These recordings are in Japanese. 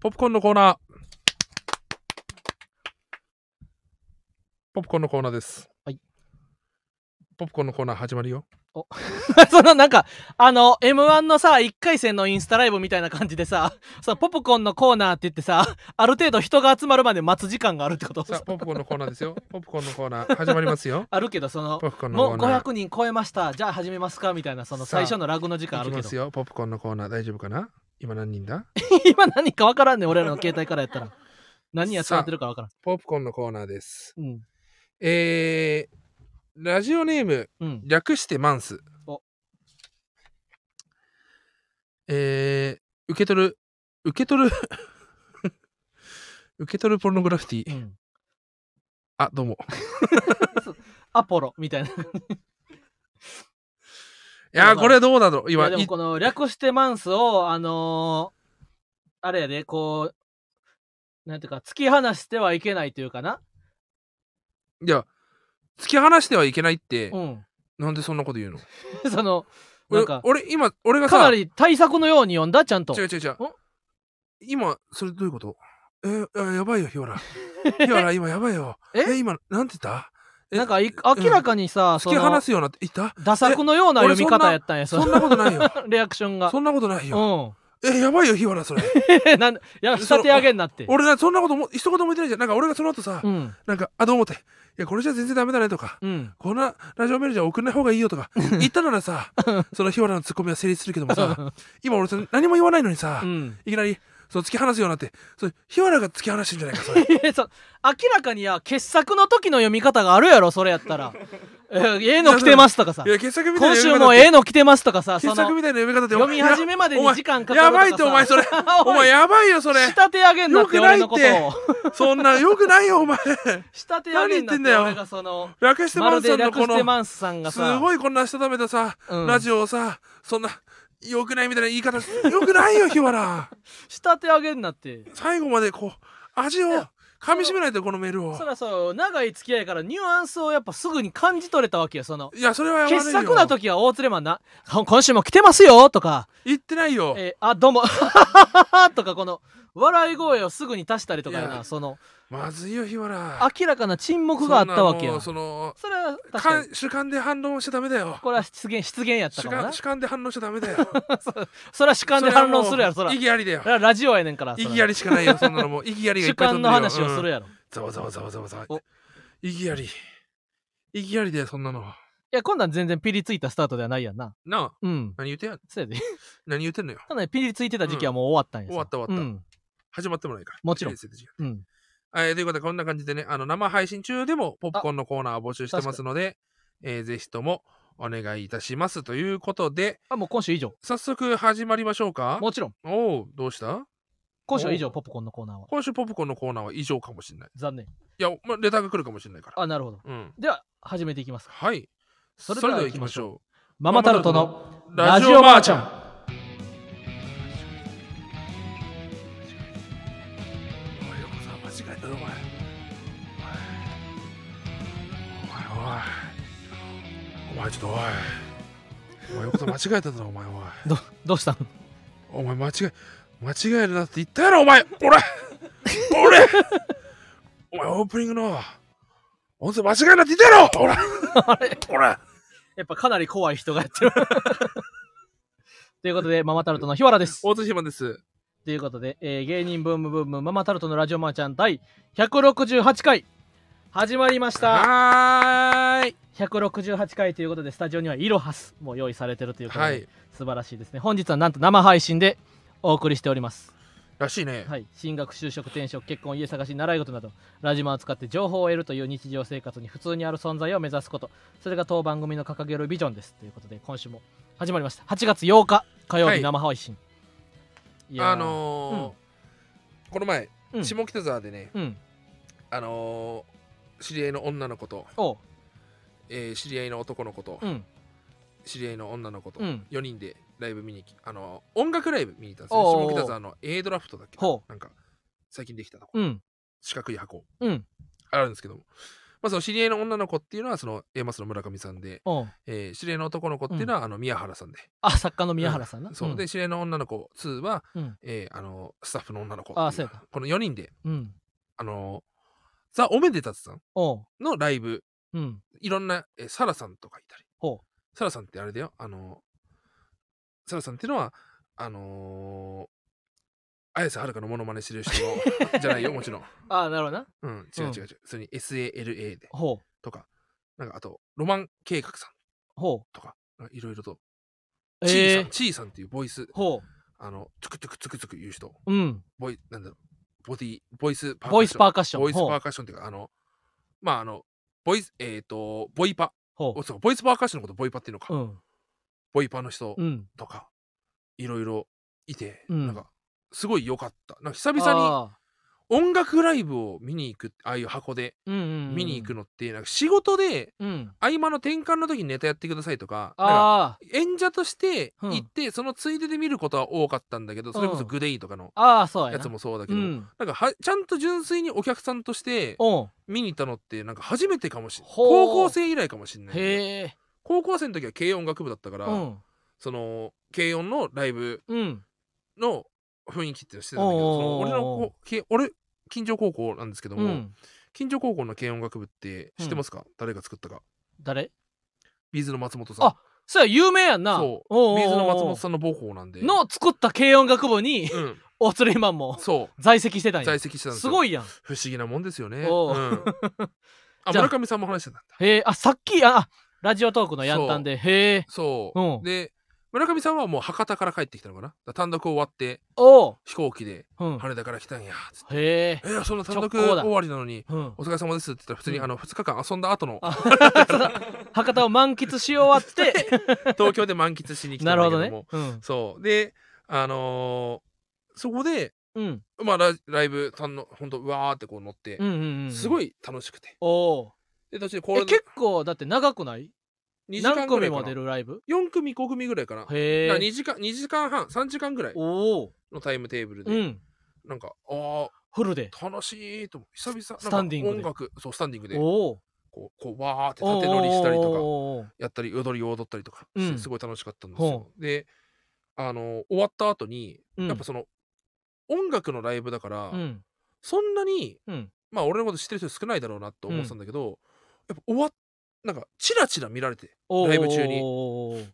ポップコーンのコーナー。ポップコーンのコーナーです。はい。ポップコーンのコーナー始ま るよ。そのなんか、あの、M1 のさ、1回戦のインスタライブみたいな感じでさ、 そのポップコーンのコーナーって言ってさ、 ある程度人が集まるまで待つ時間があるってことさあ、ポップコーンのコーナーですよ。ポップコーンのコーナー始まります よ。あるけど、そのポ、ップコーンのコもうーナー。 500人超えました、じゃあ始めますかみたいな、そのさあ最初のラグの時間あいるきけまどす。よ。ポップコーンのコーナー大丈夫かな今何人 だ今何か分からんねん、俺らの携帯からや ったら。何や集まってるか分からん。ポップコーンのコーナーです。うん。えー、ラジオネーム、うん。略してマンスお。えー、受け取る、受け取る、 受け取るポルノグラフィテうィ。ん、あ、どうも。アポロみたいな。いいやー、これどうだろう今や、でいもこの略してマンスを、あのーあれやで、こう、なんていうか、突き放してはいけないというかな。いや、突き放してはいけないって、うん。 なんでそんなこと言うのその、な俺んか、俺、今、俺がさ、かなり対策のように読んだ、ちゃんと。違う。違う違うん今、それどういうことえーあやばいよ、 ヒョラ。ヒョラ、今やばいよ。え今、なんて言ったえなんかい、明らかにさ、突そきの放、すようなって言った打作のような読み方やったんや、そんのなことないよ。 リアクションが。そんなことないうよ。ん。え、やばいよ、ヒョラ、 それ。なんいや、下手上げんなって。俺な、そんなことも、一言も言ってないじゃん。なんか俺がその後さ、うん。なんか、あ、どう思って。いや、これじゃ全然ダメだねとか。うん。こんなラジオメールじゃ送んない方がいいよとか言ったならさその日原のツッコミは成立するけどもさ今俺それ何も言わないのにさ、うん。いきなりその突き放すようになってそれ日原が突き放してるんじゃないかそれえそう明らかにや傑作の時の読み方があるやろそれやったら 「ええの来てます」とかさいや傑作「みたいな今週読みも方ええの来てます」とかさそ傑の作みたいな読み方って読み始めまでに時間かかるやとかばいっさてお前 それお前やばいよそれ仕立て上げんなってよくない俺ってのことをそんなよくない よお前仕立て上げんなっ何言ってんだてよ俺がその略してまマるンさでんの略こしてのマンスさんがすさごいこんなしたためたさ、うんラジオをさそんなよくないみたいな言い方よくないよ日原仕立て上げんなって最後までこう味を噛みしめないとこのメールをそらそう長い付き合いからニュアンスをやっぱすぐに感じ取れたわけよそのいや、それは悪いよ傑作な時は大連れマンな「今週も来てますよ」とか言ってないよ。えーあ、どうも、 とか、この、笑い声をすぐに足したりとかやいな、やその、まずいよ、日原。明らかな沈黙があったわけや。そそんなもうれはその、確かかに、主観で反論しちゃダメだよ。これは失言、失言やった主かもな観。主観で反論しちゃダメだよ。それは主観で反論するやろ、そら。意そ義ありだよ。れはラジオやねんから。意義あり。りしかないよ、そんなのもう。意義ありがい主っぱい飛観んのでるよ話をするやろ。いざわざわざわざわざお。意義あり。意義ありだよ、そんなの。や、こんなん全然ピリついたスタートではないやんな。なあ、うん。何言ってんのそうやで。何言ってんのよ。かなりピリついてた時期はもう終わったんやさ。うん終わった終わったうん。始まってもないから。もちろいんいですよいいですようん。はい、ということで、こんな感じでね、あの、生配信中でもポップコーンのコーナーを募集してますので、えーぜひともお願いいたします。ということで、あ、もう今週以上。早速始まりましょうかもちろん。おうどうした今週は以上、ポップコーンのコーナーは。今週ポップコーンのコーナーは以上かもしれない残念。いや、まあ、レターが来るかもしれないからあ、なるほど。うんでは、始めていきます。はいそれでそれではは行きましょママタルトのうラジオマーちゃん。おい横澤間違えたぞお前おいおいおいお前ちょっとおいお前横澤間違えたぞお前おいど、どうしたのお前間違え間違えるなって言ったやろお前俺俺お前オープニングの音声間違えるなって言ったやろ俺俺やっぱかなり怖い人がやってる。ということで、ママタルトの日原です。大津島ですということで、えー芸人ブームブームママタルトのラジオマーちゃん第168回始まりました。はーい168回ということで、スタジオにはイロハスも用意されてるということで、はい素晴らしいですね。本日はなんと生配信でお送りしております。らしいね、はい、進学、就職、転職、結婚、家探し、習い事など、ラジマを使って情報を得るという日常生活に普通にある存在を目指すこと、それが当番組の掲げるビジョンです。ということで、今週も始まりました。8月8日火曜はい日生配信。いやーあのーこの前うん、下北沢でね、うん、あのー知り合いの女の子と、おう、えー知り合いの男の子と、うん、知り合いの女の子と、うん4人でライブ見に来あのー音楽ライブ見に行ったんですよおうおう下北沢の A ドラフトだっけなほなんか最近できたとこうん、四角い箱うん、あるんですけどもまあ、その知り合いの女の子っていうのはその A マスの村上さんで、うん。えー知り合いの男の子っていうのは、あの宮原さんであ、作家の宮原さんな。そう、んで、知り合いの女の子2は、うんえーあのスタッフの女の子あそうやなこの4人でうん。あのザ・おめでたつさんおう。のライブうん。いろんな、えーサラさんとかいたりほサラさんってあれだよあのサラさんっていうのはあのー綾瀬はるかのモノマネしてる人 のじゃないよもちろん、う。ああ、なるほどな。うん、違う違う違う、それに SALA でほう。とかなんかあとロマン計画さんほなんかいろいろと、う。チーええさんチーさんっていうボイスほあのつくつくつくつく言う人う。うん。ボイなんだろうボディボイスパーカッションボボイスパーカッション。イスパほーう。カッションっていうか、あの、まあ、あの、ボイス、えっ、と、ボイパ、ほおそうボイスパーカッションのことボイパっていうのか、う。うん。ボイパの人うん。とか、いろいろいて、うんなんか、すごい良かった。なんか久々にあ音楽ライブを見に行く、ああいう箱でーうんうんうん。見に行くのって、なんか仕事で、うん。合間の転換の時にネタやってくださいとか、なんかあ演者として行って、そのついでで見ることは多かったんだけど、それこうそんグデイとかのあ。ああ、そうやな。やつもそうだけうど、ん。なんかはちゃんと純粋にお客さんとしておう。見に行ったのってなんか初めてかもしれないほう高校生以来かもしれないへえ。高校生の時は軽音楽部だったから、うん。その軽音のライブうん。の雰囲気っていうのしてたんだけどそのおー俺のこうけ俺近所高校なんですけども、うん。近所高校の軽音楽部って知ってますか、誰が作ったか誰ビーズの松本さんあそうや、有名やんな。そうおうおうおうビーズの松本さんの母校なんでの作った軽音楽部に、うんオーツレイマンもそ在籍してたうんや在。籍してたんですすよごいいやん。不思議なもんですよね、おううん あじゃあ村上さんも話してたんだへえ、あ、さっき、あ、ラジオトークのやったんで、へえ。そう、うんで村上さんはもう博多から帰ってきたのかなだから単独終わっておう。飛行機でうん。羽田から来たんやつってへえ。えーそんな単独直行だ終わりなのにうんお。疲れ様ですって言ったら普通にうんあの2日間遊んだ後のあそうだ 博多を満喫し終わ って、東京で満喫しに来たなんだるけほどどもね。うん。そうであのーそこでうん。まあラライブさんのほんとうわーってこう乗って、うんうんうん。すごい。い楽しくておう。で途中でこれえ、結構、だって長くない2時間何ぐら組いかもな出るライブ4組5組ぐらいかなへえ。 2時間2時間半3時間ぐらいおお。のタイムテーブルで、うん。なんかああフルで。楽しいと思う久々なんかスタンディングで音楽そうスタンディングでおお。こうこうわーって縦乗りしたりとかおーやったり踊りを踊ったりとかうんしてすごい楽しかったんですよほ、であの終わった後に、うんやっぱその音楽のライブだから、うん。そんなにうん。まあ俺のこと知ってる人少ないだろうなと思ってたんだけど、やっぱ終わっなんかチラチラ見られておーライブ中におー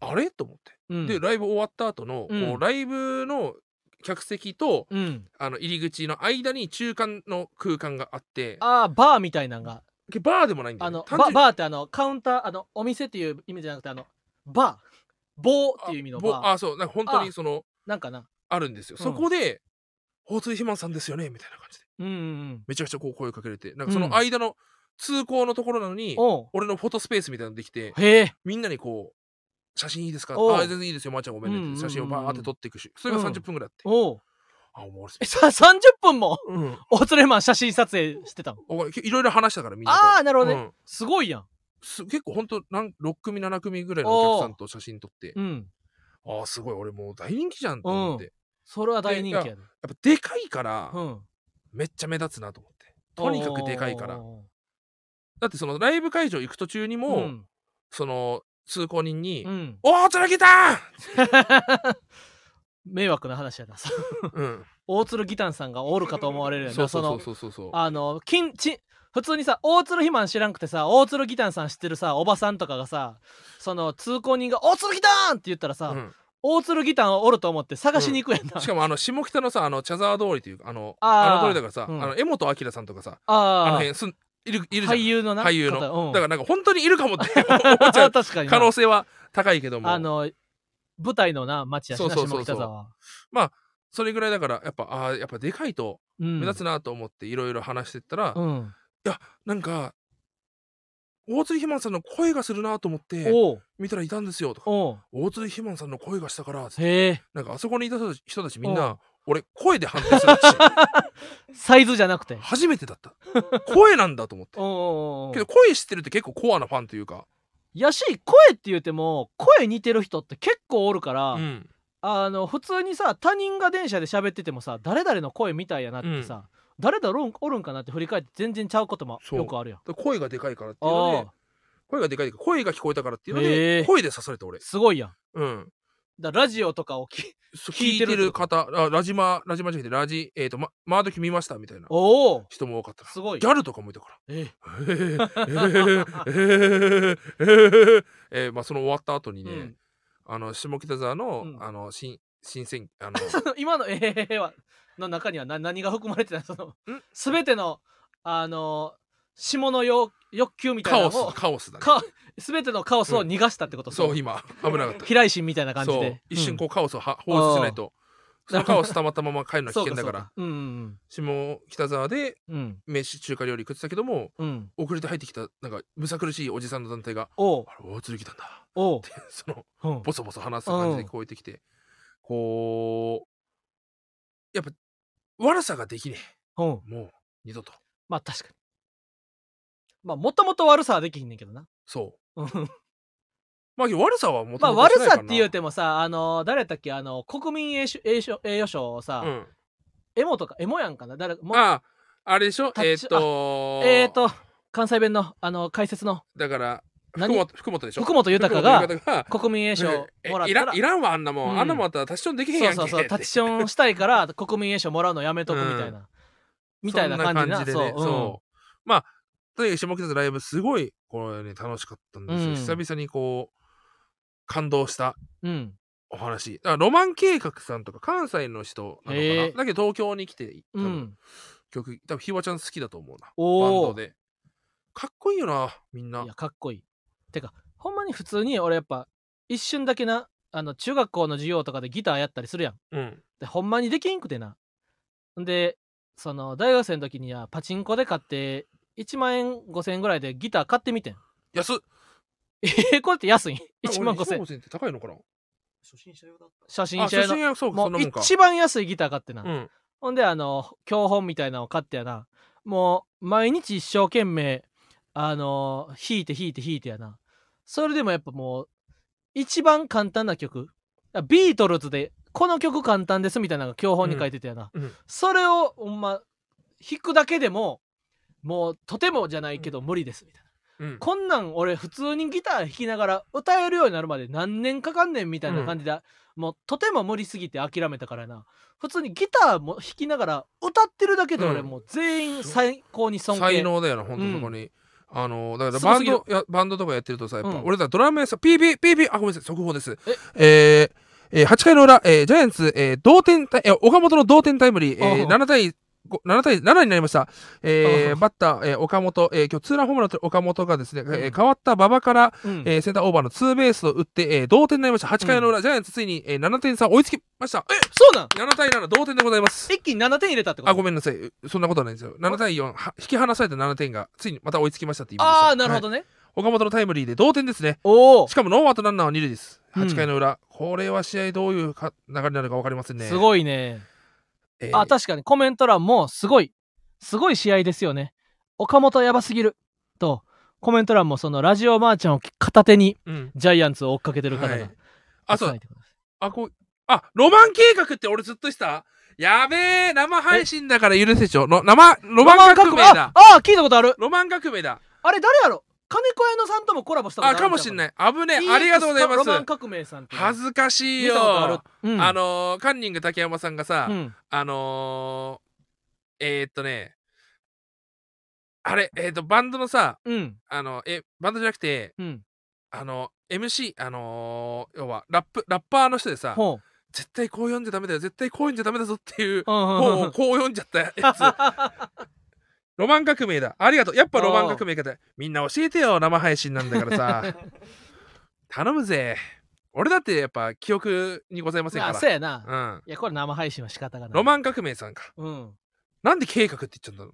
あれと思って、うん。でライブ終わった後の、うんこうライブの客席とうん。あの入り口の間に中間の空間があってああ、バーみたいなんが。バーでもないんだあよ、ねの、、単バ純にバーってあの、カウンター、あの、お店っていう意味じゃなくて、あの、バー。棒っていう意味のぼバー。あそうなんか本当にそのなんかな。あるんですよ、うんそこで「大津肥満さんですよね」みたいな感じでうんうんめちゃくちゃこう声かけれてなんうかんその間の通行のところなのに、うん。おう俺のフォトスペースみたいなのできてへえ。みんなにこう「写真いいですか?」おうあ「全然いいですよまー、ちゃんごめんね」って、うんうんうん写真をバーって撮っていくしそれがうん30分ぐらいあって、おうあもう俺え、さ、30分も、 うんオツレマン写真撮影してたの。おいろいろ話したからみんなああ、なるとほどうね。んすごいやん。す結構ほんとなん6組7組ぐらいのお客さんと写真撮ってうん。ああすごい俺もう大人気じゃんと思って、それは大人気やで。やっぱでかいから、うん。めっちゃ目立つなと思ってとにかくでかいからおだってそのライブ会場行く途中にーも、うん。その通行人に「うん。おお剣たん迷惑な話や な。そううん大鶴ギタンさんがおるかと思われるやんそうな。そそのう、そうそうそうそうあの、金、ち、普通にさ、大鶴ひまん知らんくてさ、大鶴ギタンさん知ってるさ、おばさんとかがさ、その通行人が、大鶴ギタンって言ったらさ、うん大鶴ギタンおると思って探しに行くやん な。しかもあの下北のさあの茶沢通りというかあのあーあの通りだからさ、うんあの江本明さんとかさあのあ辺すんいるいるじあ、ゃ俳ん優のな。俳優の方うんだからなんか本当にいるかもって 思っちゃう 確かにな。可能性は高いけどもあの、舞台のな、町やしな、そうそうそうそ下う北沢。それぐらいだからやっぱああやっぱでかいとうん目立つなと思っていろいろ話してったら、うん。なんか大鶴ひまんさんの声がするなと思っておう、見たらいたんですよとかおう。大鶴ひまんさんの声がしたからつってへえ。なんかあそこにいた人たち人たちみんうな俺声で判定するし サイズじゃなくて。初めてだった声なんだと思っておうおうおうけど声知ってるって結構コアなファンというか、やし、声って言うても、声似てる人って結構おるから、うんあの、普通にさ、他人が電車で喋っててもさ、誰々の声みたいやなってさ、誰だろうおるんかなって振り返って全然ちゃうこともよくあるやんだから声がでかいからっていうのあであ声がでかいっていうか声が聞こえたからっていうのへでえ声で刺された俺すごいやんうんだからラジオとかをきそう聞聞いいててるる方あラジマラジマじゃなくてラジえっ、とまマードキ見ましたみたいなおお人も多かったなすごいギャルとかもいたからえええーえーえーえーまあその終わった後にね、うんあの下北沢の、うんあの新新鮮あの 今の「えええはの中には何何が含まれてないそのん全てのあの下の欲欲求みたカいなオスのをカオスだね。か全てのカオスを逃がしたってこと、そう今危なかった。平石みたいな感じそでう一瞬ここうカオスをは放出しないとそのカオス溜まったまま帰 るのは危険だからうんうん下北沢でうん飯中華料理食ってたけどもうんうん遅れて入ってきたなんかむさ苦しいおじさんの団体が「おうあれお釣り来たんだ おう」ってそのうんボソボソ話す感じで聞こえてきてこうやっぱ悪さができねうんえもう二度とまあ確かにまあもともと悪さはできひんねんけどなそううんまあけど悪さはもとまあもとし悪ないからさって言うてもさあの誰やったっけあの国民栄誉栄誉栄誉賞をさ、なうんエモとかエモやんかな誰もああれでしょタえッっチとえっ、ー、と関西弁のあの解説のだから福何本福本でしょ福本豊が福本豊が国民栄誉え賞もらっいたららいらんわあんなもん、うんあんなもんあったらタッチションできへんそやうんけそうそうタッチションしたいから国民栄誉賞もらうのやめとくみ たいな、みたいな感じなそんな感じでねそそうう,、んうんまあとにかく下北沢ライブすごいこれね楽しかったんですよ、うん久々にこう感動したうんお話だからロマン計画さんとか関西の人なのかへなえだけど東京に来て多う分、ん曲多分ひわちゃん好きだと思うなバンおドおいでかっこいいよなみんなやかっこいいてかほんまに普通に俺やっぱ一瞬だけなあの中学校の授業とかでギターやったりするやんうんでほんまにできんくてなんでその大学生の時にはパチンコで買って1万円5千円ぐらいでギター買ってみてん 安っええこれって安いん1万5千俺円1って高いのかな初心者用だった。写真あ写社用の真屋そうかもそんなうもんか一番安いギター買ってな、うんほんであの教本みたいなのを買ってやなもう毎日一生懸命あの弾いて弾いて弾いてやなそれでもやっぱもう一番簡単な曲あビートルズでこの曲簡単ですみたいなのが教本に書いてたやな、うんうんそれをほんま弾くだけでももうとてもじゃないけど無理ですみたいな、うんこんなん俺普通にギター弾きながら歌えるようになるまで何年かかんねんみたいな感じで、もうとても無理すぎて諦めたからな普通にギターも弾きながら歌ってるだけで俺うんもう全員最高に尊敬、才能だよな本当そこに、あのだからすごバすンぎるドやバンドとかやってるとさやっぱ、うん俺らドラムやさ PB PB あごめんなさい速報ですえーえー8回の裏、えージャイアンツ、えー同点タイ、えー岡本の同点タイムリー、えーおう7対5 7対7になりました、えおーうバッター、えー岡本、えー今日ツーランホームランと岡本がですね、んえー変わった馬場から、うんえーセンターオーバーのツーベースを打って、えー同点になりました8回の裏、ジャイアンツついに、えー7点差追いつきましたそうなん7対7同点でございます一気に7点入れたってことあ、ごめんなさい。そんなことはないんですよ。7対4、は引き離された7点が、ついにまた追いつきましたって意味でしたあーなるほどはいね、岡本のタイムリーで同点ですね。おお、しかもノーアウトランナーは2塁です。うん8回の裏。これは試合どういうか流れになるか分かりませんね。すい。ごいねえーあ確かにコメント欄もすごいすごい試合ですよね岡本やばすぎるとコメント欄もそのラジオマーちゃんを片手にうん。ジャイアンツを追っかけてる方が、はいあ、そうだ集め。てくださいあ、こう。あ、ロマン計画って俺ずっとしたやべえ、生配信だから許せちょ。の生、ロマン革命だあ。あ聞いたことあるロマン革命だ。あれ誰やろ金子屋のさんともコラボしたことああ、るかもしんんないい。危ねえ。ありがとうございまロマンす。革命さんっていう恥ずかしい見たことあるよ。うんあのー、カンニング竹山さんがさ、うんあのー、えー、っとね、あれ、えー、っと、バンドのさ、うんあの、え、バンドじゃなくて、うんあの、MC、あのー、要は、ラップ、ラッパーの人でさ、ほう絶対こう読んじゃダメだよ、絶対こう読んじゃダメだぞっていう、うんうんうん本をこう読んじゃった やつ。ロマン革命だ。ありがとう。やっぱロマン革命かだ。みんな教えてよ、生配信なんだから さ。頼むぜ。俺だってやっぱ記憶にございませんまかあら。そうやな、いうん。やこれ生配信は仕方がないロマン革命さんか。うんなんで計画って言っちゃうんだろ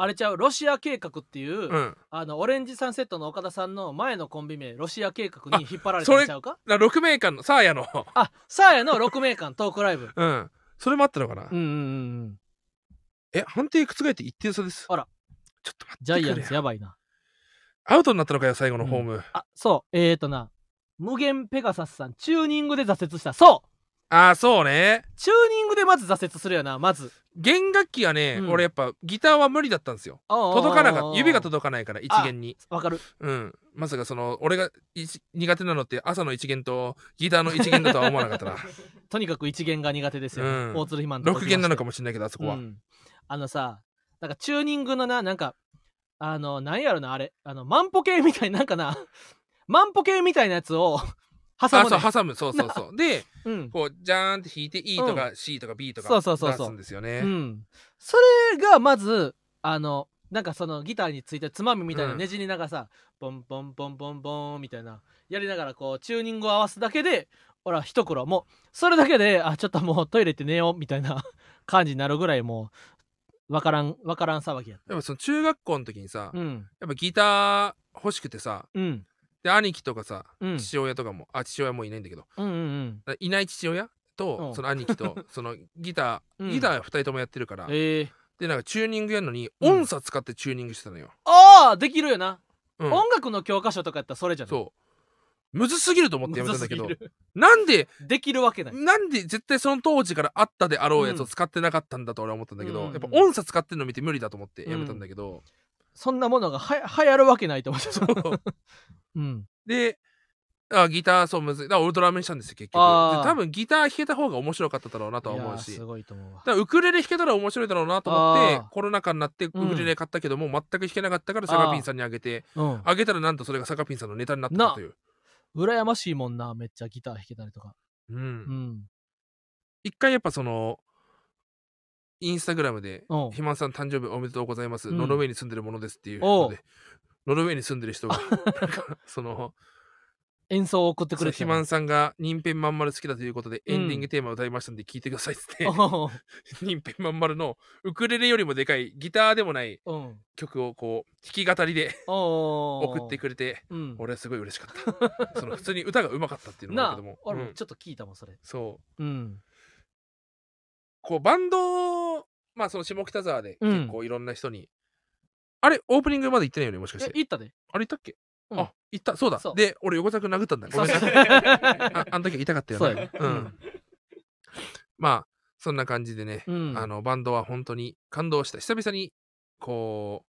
あれちゃうロシア計画っていう、うな。うん。あのオレンジサンセットの岡田さんの前のコンビ名ロシア計画に引っ張られそてれちゃうかな6名間のサー ヤのあサーヤの6名間トークライブうんそれもあったのかな、うんうんうんうんえ判定覆って1点差ですあらちょっとジャ待ってくイアれンツやばいなアウトになったのかよ最後のホーム、あそうえーとな無限ペガサスさんチューニングで挫折したそうああそうねチューニングでまず挫折するよなまず弦楽器はね、うん俺やっぱギターは無理だったんですよ届届かなかった指が届かないから一弦にわかるうんまさかその俺が一苦手なのって朝の一弦とギターの一弦だとは思わなか ったなとにかく一弦が苦手ですよね、うん大鶴ひまんと6弦なのかももしれないけどあそこは、うん、あのさなんかチューニングのななんかあのなんやろなあれあの万歩計みたいなんかな 万歩計みたいなやつを挟あむ、そねう、挟むそうそうそうでうん、こうジャーンって弾いて E とか C とか B とかそうそうそう出そうすんですよねうん、それがまずあのなんかそのギターについてつまみみたいなうんねじりながらさ、ボンボンボンボンボンみたいなやりながらこうチューニングを合わすだけでほら一苦労もうそれだけであちょっともうトイレ行って寝ようみたいな 感じになるぐらいもうわからんわからん騒ぎやっやっぱその中学校の時にさ、たうんやっぱギター欲しくてさうんで兄貴とかさうんうん父親とかも、あ父親もいないんだけどうんうんいない父親うとんその兄貴 とそのギター、うんギター2人ともやってるから、えー、でなんかチューニングやるのにうん音差使ってチューニングしてたのよ、ああできるよな、うん音楽の教科書とかやったらそれじゃないそうむずすぎると思ってやめたんだけどむずすぎるなんでできるわけないなんで絶対その当時からあったであろうやつを使ってなかったんだと俺は思ったんだけど、うんやっぱ音差使ってるの見て無理だと思ってやめたんだけど、そんなものがは流行るわけないと思って たうんであギターそうむずいだからオルトラムにしたんですよ結局あーで多分ギター弾けた方が面白かっただろうなとは思ういしやーすごいと思うわだからウクレレ弾けたら面白いだろうなと思ってあーコロナ禍になってウうんクレレ買ったけども、全く弾けなかったからサカピンさんにあげてうんあげたらなんとそれがサカピンさんのネタになったという、羨ましいもんなめっちゃギター弾けたりとかう、うんん一回やっぱそのインスタグラムでお「うひまさん誕生日おめでとうございます、うんノルウェーに住んでるものです」っていうおうのでノルウェーに住んでる人 がなんかその演奏を 送ってくれて肥満さんが「人偏まんまる好きだ」ということでエンディングテーマを歌いましたんで聞いてくださいっつって、お人偏まんまるのウクレレよりもでかいギターでもないううん曲をこう弾き語りで おう送ってくれてうん俺はすごい嬉しかったその普通に歌がうまかったっていうのもあなるあけども、俺うもんちょっと聞いたもんそれそううんこうバンドまあその下北沢でうん結構いろんな人に、あれオープニングまで行ってないよねもしかいしやて行ったであれ行ったっけ、うんあ行ったそうだそうで俺横田君殴ったんだごめんなさい ああの時痛かったよそうやねねうんまあそんな感じでね、うんあのバンドは本当に感動した久々にこ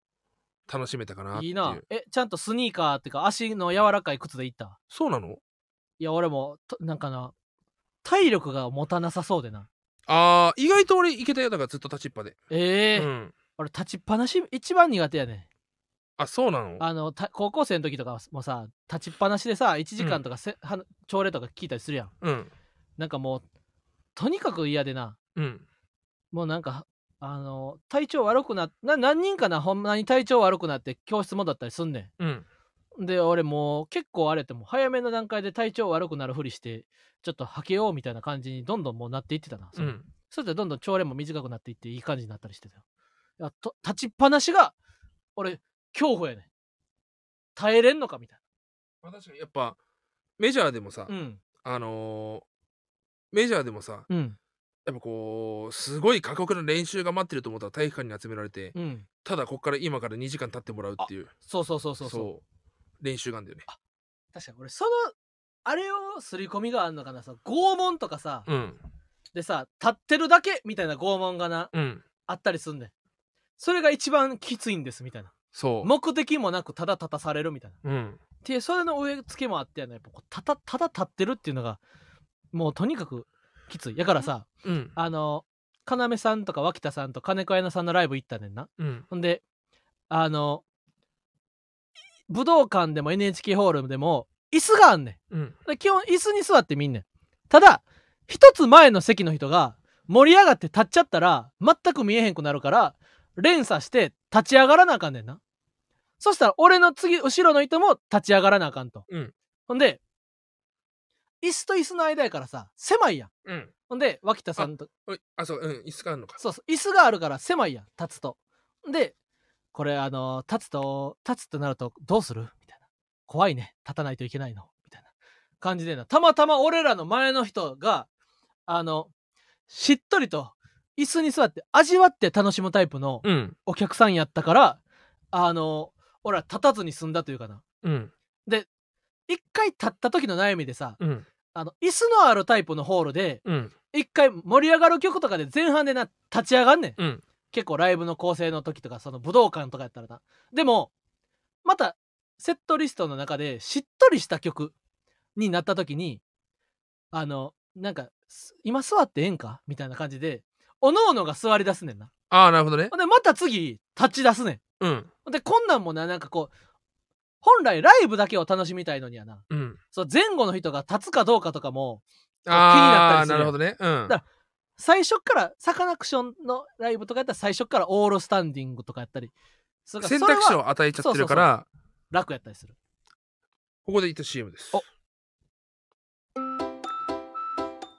う楽しめたかなっていういいなえちゃんとスニーカーっていうか足の柔らかい靴で行ったそうなのいや俺もとなんかな体力が持たなさそうでなあー意外と俺いけたよだからずっと立ちっぱで、ええうん、俺立ちっぱなし一番苦手やねあそうなのあのた高校生の時とかもさ立ちっぱなしでさ1時間とかせ、は朝礼とか聞いたりするやんうんなんかもうとにかく嫌でなうんもうなんかあの体調悪くなな何人かなほんまに体調悪くなって教室もだったりすんねうんんで俺もう結構あれやってもう早めの段階で体調悪くなるふりしてちょっとはけようみたいな感じにどんどんもうなっていってたな、うそれんそしたらどんどん朝礼も短くなっていっていい感じになったりしてたよいやと立ちっぱなしが俺恐怖やねん耐えれんのかみたいまあ確かにやっぱメジャーでもさ、なうんあのーメジャーでもさうんやっぱこうすごい過酷な練習が待ってると思ったら体育館に集められて、うんただこっから今から2時間経ってもらうっていうそうそうそうそうそうそう練習があるんだよね確かに俺そのあれを刷り込みがあるのかなさ拷問とかさ、うんでさ立ってるだけみたいな拷問がなうんあったりすんねんそれが一番きついんですみたいなそ目的もなくただ立たされるみたいなううんっていうそれの植え付けもあってやなやっぱこうただただ立ってるっていうのがもうとにかくきついだからさうんあの要さんとか脇田さんと金子彩乃さんのライブ行ったねんなうんほんで、あの、武道館でも NHK ホールでも椅子があんねうんん。で基本椅子に座ってみんねん。ただ、一つ前の席の人が盛り上がって立っちゃったら全く見えへんくなるから連鎖して立ち上がらなあかんねんな。そしたら俺の次、後ろの人も立ち上がらなあかんと。うんほんで、椅子と椅子の間やからさ、狭いやん。うんほんで、脇田さんとおいあそううん椅子があるのかそうそう椅子があるから狭いやん立つとでこれあの立つと立つとなるとどうするみたいな怖いね立たないといけないのみたいな感じでなたまたま俺らの前の人があのしっとりと椅子に座って味わって楽しむタイプのうんお客さんやったからあの俺は立たずに済んだというかなうん一回立った時の悩みでさうんあの椅子のあるタイプのホールでうん一回盛り上がる曲とかで前半でな立ち上がんねんうん結構ライブの構成の時とかその武道館とかやったらなでもまたセットリストの中でしっとりした曲になった時にあのなんかす今座ってええんかみたいな感じでおのおのが座り出すねんなああなるほどねほんでまた次立ち出すねんうんほんでこんなんもななんかこう本来ライブだけを楽しみたいのにはなうんそう前後の人が立つかどうかとかも気になったありあすなるるやんほどねうんだ最初っからサカナクションのライブとかやったら最初っからオールスタンディングとかやったりそれか選ら択肢それはを与えちゃってるから楽やったりするここで一旦 CM ですお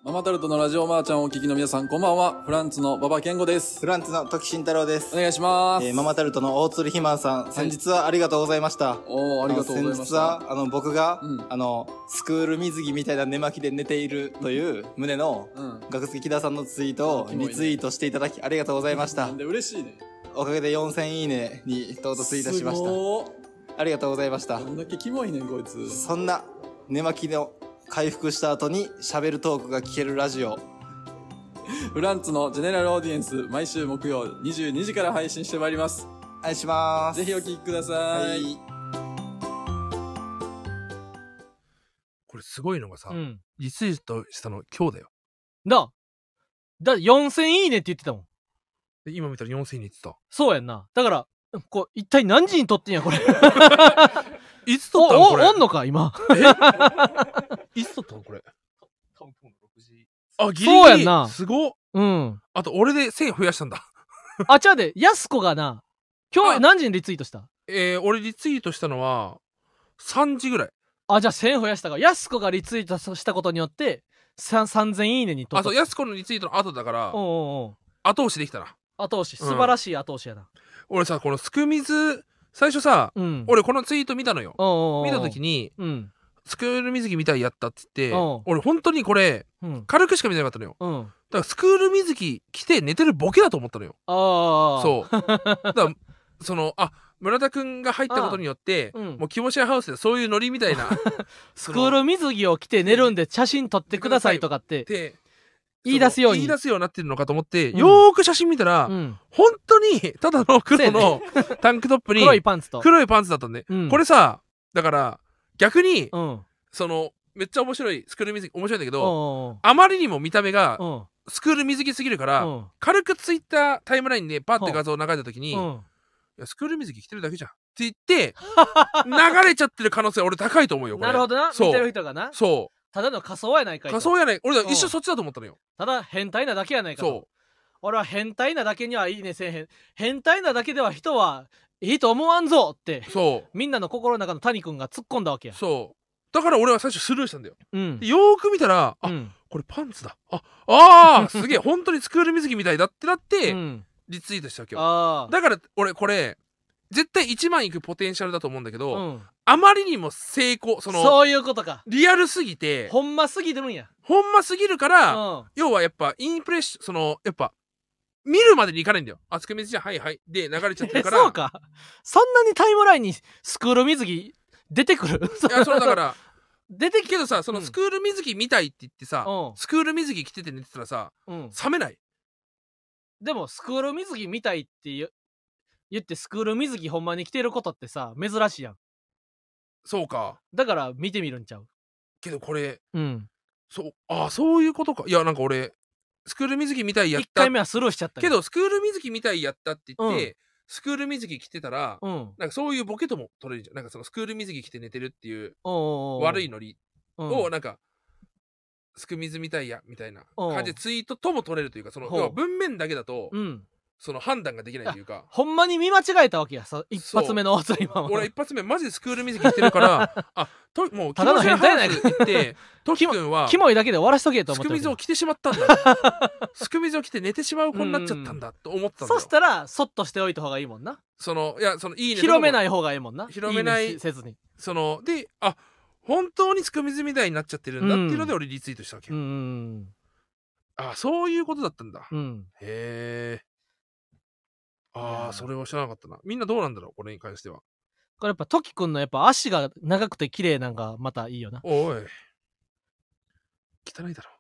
ママタルトのラジオマーちゃんをお聞きの皆さん、こんばんは。フランツの馬場健吾ですフ。ランツの時慎太郎ですお。願いします。えーママタルトの大鶴ひまんさん、先日はありがとうございました。おー、ありがとうございまあの先し日た。は、あの、僕が、うんあの、スクール水着みたいな寝巻きで寝ているという胸の、うん。学月木田さんのツイートをキモいねリツイートしていただきありがとうございましなたん。で嬉しいね。おかげで4000いいねに到達いたしましすごーた。ありがとうございましたど。んだけキモいねん、こいつ。そんな寝巻きの回復した後に喋るトークが聞けるラジオ。フランツのジェネラルオーディエンス、毎週木曜22時から配信してまいります。愛します。ぜひお聞きくださ。はいい。これすごいのがさうんリツイートしたの今日だよなだ4000いいねって言ってたもんで今見たら4000にいってたそうやんなだからこう一体何時に撮ってんやこれいつお 撮ったのこれおおんのか今いつ撮ったのこれあギリギリそうやんなすごっうんあと俺で1000増やしたんだあちゃうでやす子がな今日あ何時にリツイートしたえー、俺リツイートしたのは3時ぐらいあじゃあ1000増やしたからやす子がリツイートしたことによってさん3000いいねに撮あったそうやす子のリツイートの後だからおうおうおう後押しできたな後押し素晴らしい後押しやな俺さこのすくみず最初さうん俺このツイート見たのよ見見た時ににうんスクール水着みたいやったって言ってうん俺本当にこれうん軽くしか見てなかったのようんあだからスクール水着着て寝てるボケだと思ったのよあそうだからそのあ村田くんが入ったことによってうんもう気持ちハウスでそういうノリみ たいなスクール水着を着て寝るんで写真撮ってくださいとかってで言い出すよう言にい出すようになってるのかと思って、うんよーく写真見たら、うん本当にただの黒のタンクトップに黒いパンツと黒いパンツだったんで、うんこれさだから逆に、うんうんそのめっちゃ面白いスクール水着面白いんだけど、うんあまりにも見た目がうんうんスクール水着すぎるから、軽くツイッタータイムラインでパッて画像流れた時に、ういんやスクール水着着てるだけじゃんって言って 流れちゃってる可能性俺高いと思うよこれなるほどなそう見てる人がなそただの仮装やないうかいと仮装やない俺一緒そっちだと思ったのよ、ただ変態なだけやないかとそ俺は変態なだけにはいいねせえへん変態なだけでは人はいいと思わんぞってうそうみんなの心の中の谷君が突っ込んだわけやそうだから俺は最初スルーしたんだようんでよーく見たらあ、うんこれパンツだああ ーすげえ本当にスクール水着みたいだってなって、うんリツイートしたわけよああだから俺これ絶対1万いくポテンシャルだと思うんだけど、うんあまりにも成功そのそういうことかリアルすぎてほんますぎてるんやほんますぎるから、うん要はやっぱインプレッシそのやっぱ見るまでにいかないんだよあつくみずじゃんはいはいで流れちゃってえるからそうかそんなにタイムラインにスクール水着出てくるいやそのだから 出てきけどさそうのんスクール水着みたいって言ってさ、うんスクール水着着てて寝てたらさうん、冷めないでもスクール水着みたいって言う言ってスクール水着ほんまに着てることってさ珍しいやんそうかだから見てみるんちゃうけどこれうんそうああそういうことかいやなんか俺スクール水着みたいやっ1た回目はスルーしちゃったけどどスクール水着みたいやったって言って、うスクール水着着てたら、うんおうなんかそういうボケとも取れるじゃんなんかそのスクール水着着て寝てるっていうおうおう悪いノリうんをなんか、スクミズみたいやみたいなうん感じでツイートとも取れるというかそのほう要は文面だけだと、うんその判断ができないという かほんまに見間違えたわけやさ一発目の大鶴今は俺一発目マジでスクール水着着てるから あともうただの変態やない気か持ち悪い話 言ってトキ君はキモいだけで終わらしとけと思スってクるミズを着てしまったんだ スクミズを着て寝てしまう子になっちゃったんだと思ってたんだそよしたらそっとしておいた方がいいもんなそのいやそのいいね広めいない方がいいもんな広めないいねしせずにそのであ本当にスクミズみたいになっちゃってるんだっていうので俺リツイートしたわけ、うんうんあそういうことだったんだ、うんうんへえいあやあーそれは知らなかったなみんなどうなんだろうこれに関してはこれやっぱトキくんのやっぱ足が長くて綺麗なんかまたいいよなおい汚いだろ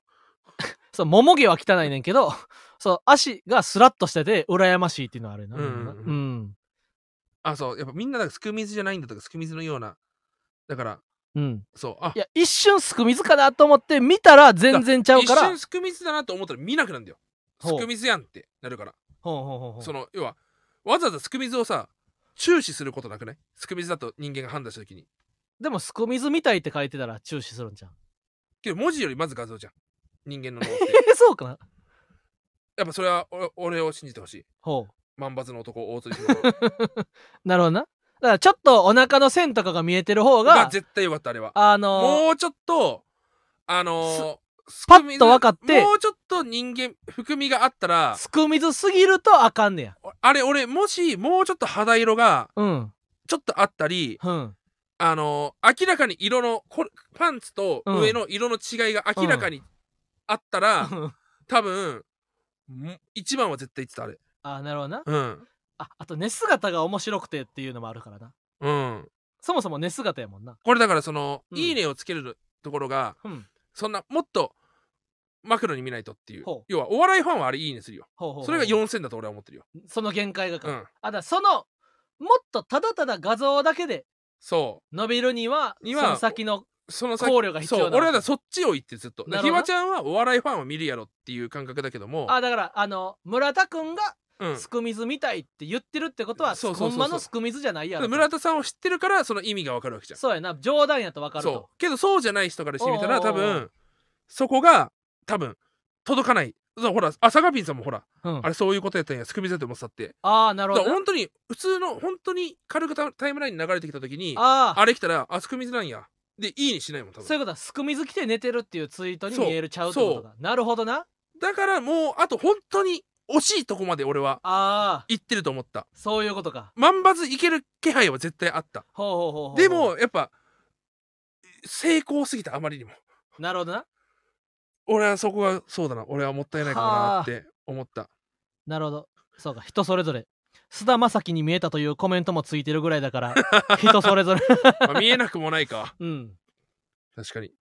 そう、もも毛は汚いねんけど、 そう、足がスラッとしてて、羨ましいっていうのはあるよな。うんうんうんん。あそうやっぱみんなだからすく水じゃないんだとかすく水のようなだからうん。そうあいや、一瞬すく水かなと思って見たら全然ちゃう一から。瞬すく水だなと思ったら見なくなるんだよすほうく水やんってなるからほうほうほうほうその要はわざわざすく水をさ注視することなくないすく水だと人間が判断した時にでも、すく水みたいって書いてたら注視するんじゃん。けど文字よりまず画像じゃん人間の脳って え、 そうかなやっぱそれはお俺を信じてほしいほう。万抜の男大鳥島 なるほどな。だから、ちょっとお腹の線とかが見えてる方がが、絶対よかったあれはあのーもうちょっとあのーすパッと分かってもうちょっと人間含みがあったらすく水すぎるとあかんねや。あれ俺もしもうちょっと肌色がうん。ちょっとあったりうん。あのー明らかに色のこれパンツと上の色の違いが明らかにあったら、多分ん一番は絶対言ってたあれあ、なるほどな。うんあ、あと、寝姿が面白くてっていうのもあるからな。うんそもそも寝姿やもんな。これだからその、うんいいねをつけるところがうん。そんなもっとマクロに見ないとっていうほう要はお笑いファンはあれいいねするよほうほうほうそれが4000だと俺は思ってるよその限界がか。うんあだそのもっとただただ画像だけでそ伸びるにはにはその先のうその考慮が必要そなうの俺はだからそっちを言ってずっとなるほひどなわちゃんはお笑いファンは見るやろっていう感覚だけどもあだからあの村田くんがうんすく水みたいって言ってるってことは、そうそうそうほそうんまのすく水じゃないやろと村田さんを知ってるからその意味がわかるわけじゃんそうやな冗談やと分かるそとうけどそうじゃない人からしてみたらおうおう多おう分そこが多分届かないそうほらあサガピンさんもほらう、ん、 あれそういうことやったんやすくみだと思ってたってああなるだほかどらな本当に普通の本当に軽くタタイムラインに流れてきた時にあああれ来たらあすくみずなんやでいいにしないもん多そうい分うことはすく水着て寝てるっていうツイートにそう見えるちゃうってことかなるほどなだからもうあと本当に惜しいとこまで俺はああ行ってると思ったそういうことか万抜いける気配は絶対あったほうほうほうほうでもやっぱ成功すぎたあまりにもなるほどな俺はそこがそうだな俺はもったいないかもなって思った なるほどそうか人それぞれ菅田将暉に見えたというコメントもついてるぐらいだから 人そ れぞれまあ見えなくもないかうん確かに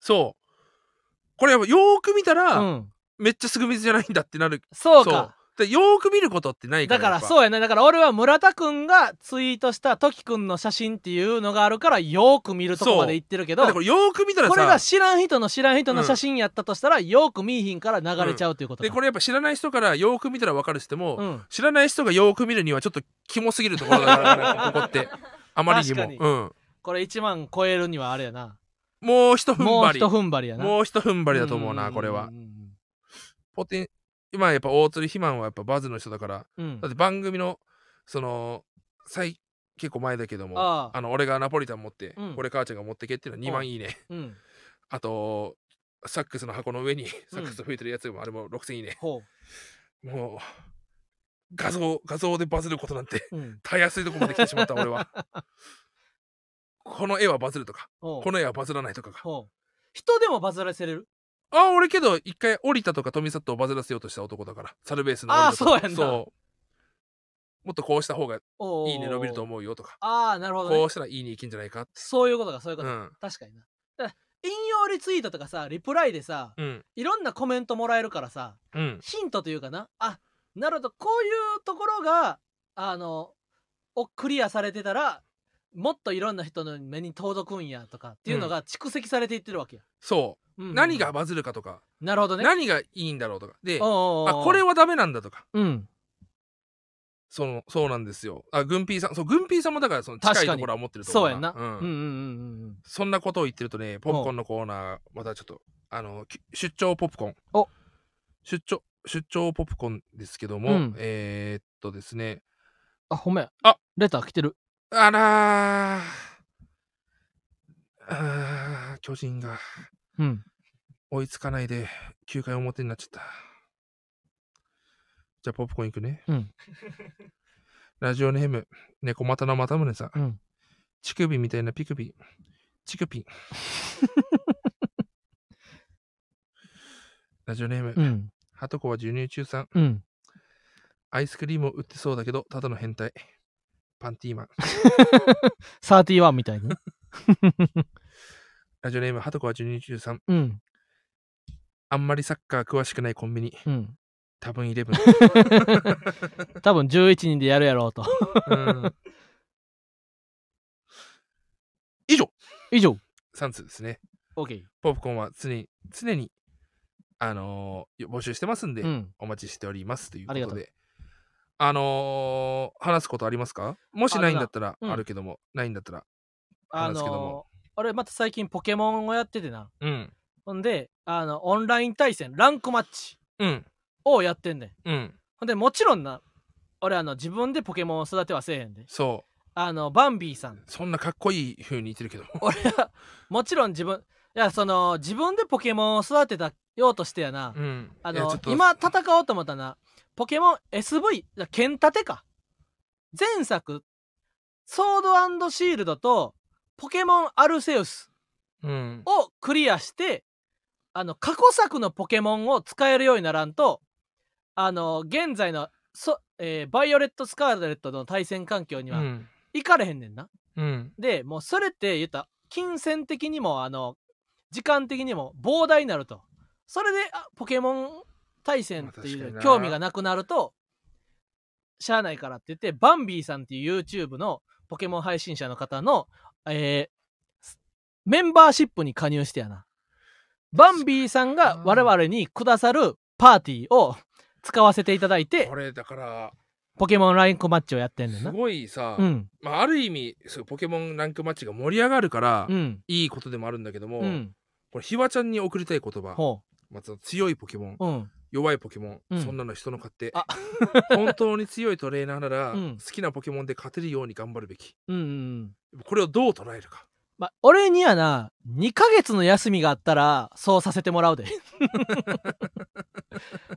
そうこれやっぱよーく見たら、うんめっちゃすぐ水じゃないんだってなるそうかそうでよーく見ることってないかだらからうそうやねだから俺は村田くんがツイートしたトキくんの写真っていうのがあるからよーく見るとこまで言ってるけだどってこれよーく見たらさこれが知らん人の知らん人の写真やったとしたら、よーく見いひんから流れちゃうということかでこれやっぱ知らない人からよーく見たら分かるしても、うん知らない人がよーく見るにはちょっとキモすぎるところだからここ ってあまりにも確かうん、これ1万超えるにはあれやなもう一踏んもう張り一踏ん張りやなもうう一踏ん張張りだと思うなこれはポテン今やっぱ大鶴ひまんはやっぱバズの人だからうんだって番組のその最結構前だけどもああの俺がナポリタン持って、うん俺母ちゃんが持ってけっていうのは2う万んいいねうんあとサックスの箱の上にサックス吹いてるやつもあれも6000いいね、ほもう画像画像でバズることなんて う、うん、たやすいとこまで来てしまった俺 はこの絵はバズるとかほうこの絵はバズらないとかがほう人でもバズらせれるあ俺けど一回降りたとか富里をバズらせようとした男だからサルベースのああ降りたとかそうやんなそうもっとこうした方がおうおうおういいね伸びると思うよとかああなるほど、ねこう、したらいいにいけんじゃないかって。そういうことかそういうこうとか、ん。確かになだから引用リツイートとかさリプライでさ、うん。いろんなコメントもらえるからさうん。ヒントというかなあなるほどこういうところがあのをクリアされてたらもっといろんな人の目に届くんやとかっていうのが蓄積されていってるわけや、そうんうんうう。ん何がバズるかとか、なるほどね何がいいんだろうとか。で、おうあ、おうおうこれはダメなんだとか。うんその、そうなんですよ。あ、軍ピーさん、そう、軍ピーさんもだから、その近確いかとにころは持ってるとそ思ううやんな、ううんうん。んうんうんそんなことを言ってるとね、ポップコンのコーナー、またちょっと、あの、き出張ポップコン。お出張、出張ポップコンですけどうもん、えーっとですね、あほんまやあレター来てるあらー、あー巨人が。うん追いつかないで9回表になっちゃったじゃあポップコーンいくねうんラジオネーム猫股の又宗さん、うん乳首みたいなピクピチクピン ラジオネーム、うんはとこは授乳中さんうんアイスクリームを売ってそうだけどただの変態パンティーマン31みたいにラジオネーム、はとこは1223。うん。あんまりサッカー詳しくないコンビニ。うん。多分イレブン。多分11人でやるやろうと。うん以上以上。 3通ですね。 OK。ポップコーンは常に、常に、あのー募集してますんで、うん。お待ちしておりますというこありがととで。あのー話すことありますかもしないんだったらあるなあるけども、ないんだったら。あ話すけどものー、俺また最近ポケモンをやっててな。うん。ほんで、あの、オンライン対戦、ランクマッチうん。をやってんねん。うん。ほんで、もちろんな、俺あの、自分でポケモンを育てはせえへんで。そあの、バンビーさんう。。そんなかっこいい風に言ってるけど。俺は、もちろん自分、いや、その、自分でポケモンを育てたようとしてやな。うん。あいやの、、今戦おうと思ったな、ポケモン SV、剣盾か。前作、ソードシールドと、ポケモンアルセウスうん。をクリアして、あの、過去作のポケモンを使えるようにならんと、あの、現在の、そえーバイオレット・スカーレットの対戦環境にうはん。行かれへんねんな。うん。で、もうそれって言ったら金銭的にも、あの、時間的にも膨大になると。それで、あポケモン対戦ってまあい確かにうな興味がなくなると、しゃあないからって言って、バンビーさんっていう YouTube のポケモン配信者の方の、えーすメンバーシップに加入してやな。バンビーさんが我々にくださるパーティーを使わせていただいてこ、れだから、ポケモンラインコマッチをやってんねんすな。ごいさ、うん、まあ、ある意味そうポケモンランクマッチが盛り上がるから、うん、いいことでもあるんだけども、うん、これひわちゃんに送りたい言葉、ほまあ、その強いポケモンう、うん。弱いポケモン、うんそんなの人の勝手あ 本当に強いトレーナーなら、うん好きなポケモンで勝てるように頑張るべきうんうんうんこれをどう捉えるかまあ、俺にはな2ヶ月の休みがあったらそうさせてもら うで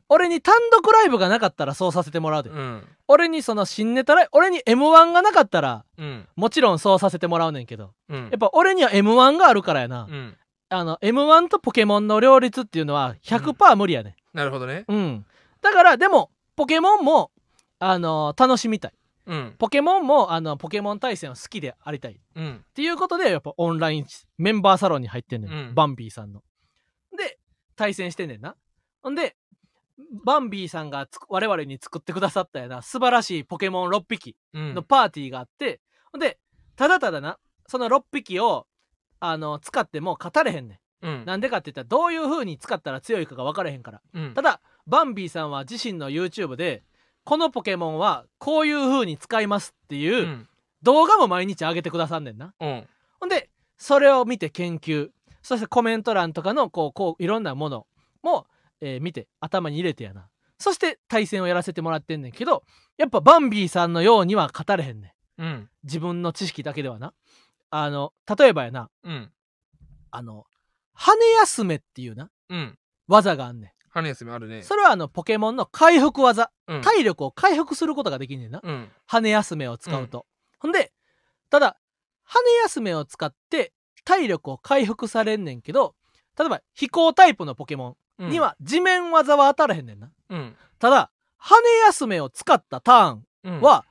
俺に単独ライブがなかったらそうさせてもらうで、うん俺にその新ネタライブ俺に m 1がなかったらうんもちろんそうさせてもらうねんけどうんやっぱ俺には m 1があるからやな、うんあの m 1とポケモンの両立っていうのは100%無理やねなるほどねうん、だからでもポケモンもあの楽しみたいうんポケモンもあのポケモン対戦を好きでありたいうんっていうことでやっぱオンラインメンバーサロンに入ってんねん、うんバンビーさんの。で対戦してんねんな。ほんでバンビーさんがつく我々に作ってくださったような素晴らしいポケモン6匹うんのパーティーがあって、ほんでただただなその6匹をあの使っても勝たれへんねうんん。なんでかって言ったらどういう風に使ったら強いかが分からへんから。うんただバンビーさんは自身の YouTube でこのポケモンはこういう風に使いますってういうん動画も毎日上げてくださんねんな。うんほんで、それを見て研究、そしてコメント欄とかの、こう、こう、いろんなものも、えー見て、頭に入れてやな。そして、対戦をやらせてもらってんねんけど、やっぱバンビーさんのようには語れへんねん。うん自分の知識だけではな。あの、例えばやな、うんあの、羽休めっていうな、うん技があんね羽休みあるん。ねそれはあの、ポケモンの回復技。うん体力を回復することができんねんな。うん羽休めを使うと。ほんで、ただ、羽休めを使って体力を回復されんねんけど、例えば飛行タイプのポケモうンんには地面技は当たらへんねんな。うんただ、羽休めを使ったターンうんは、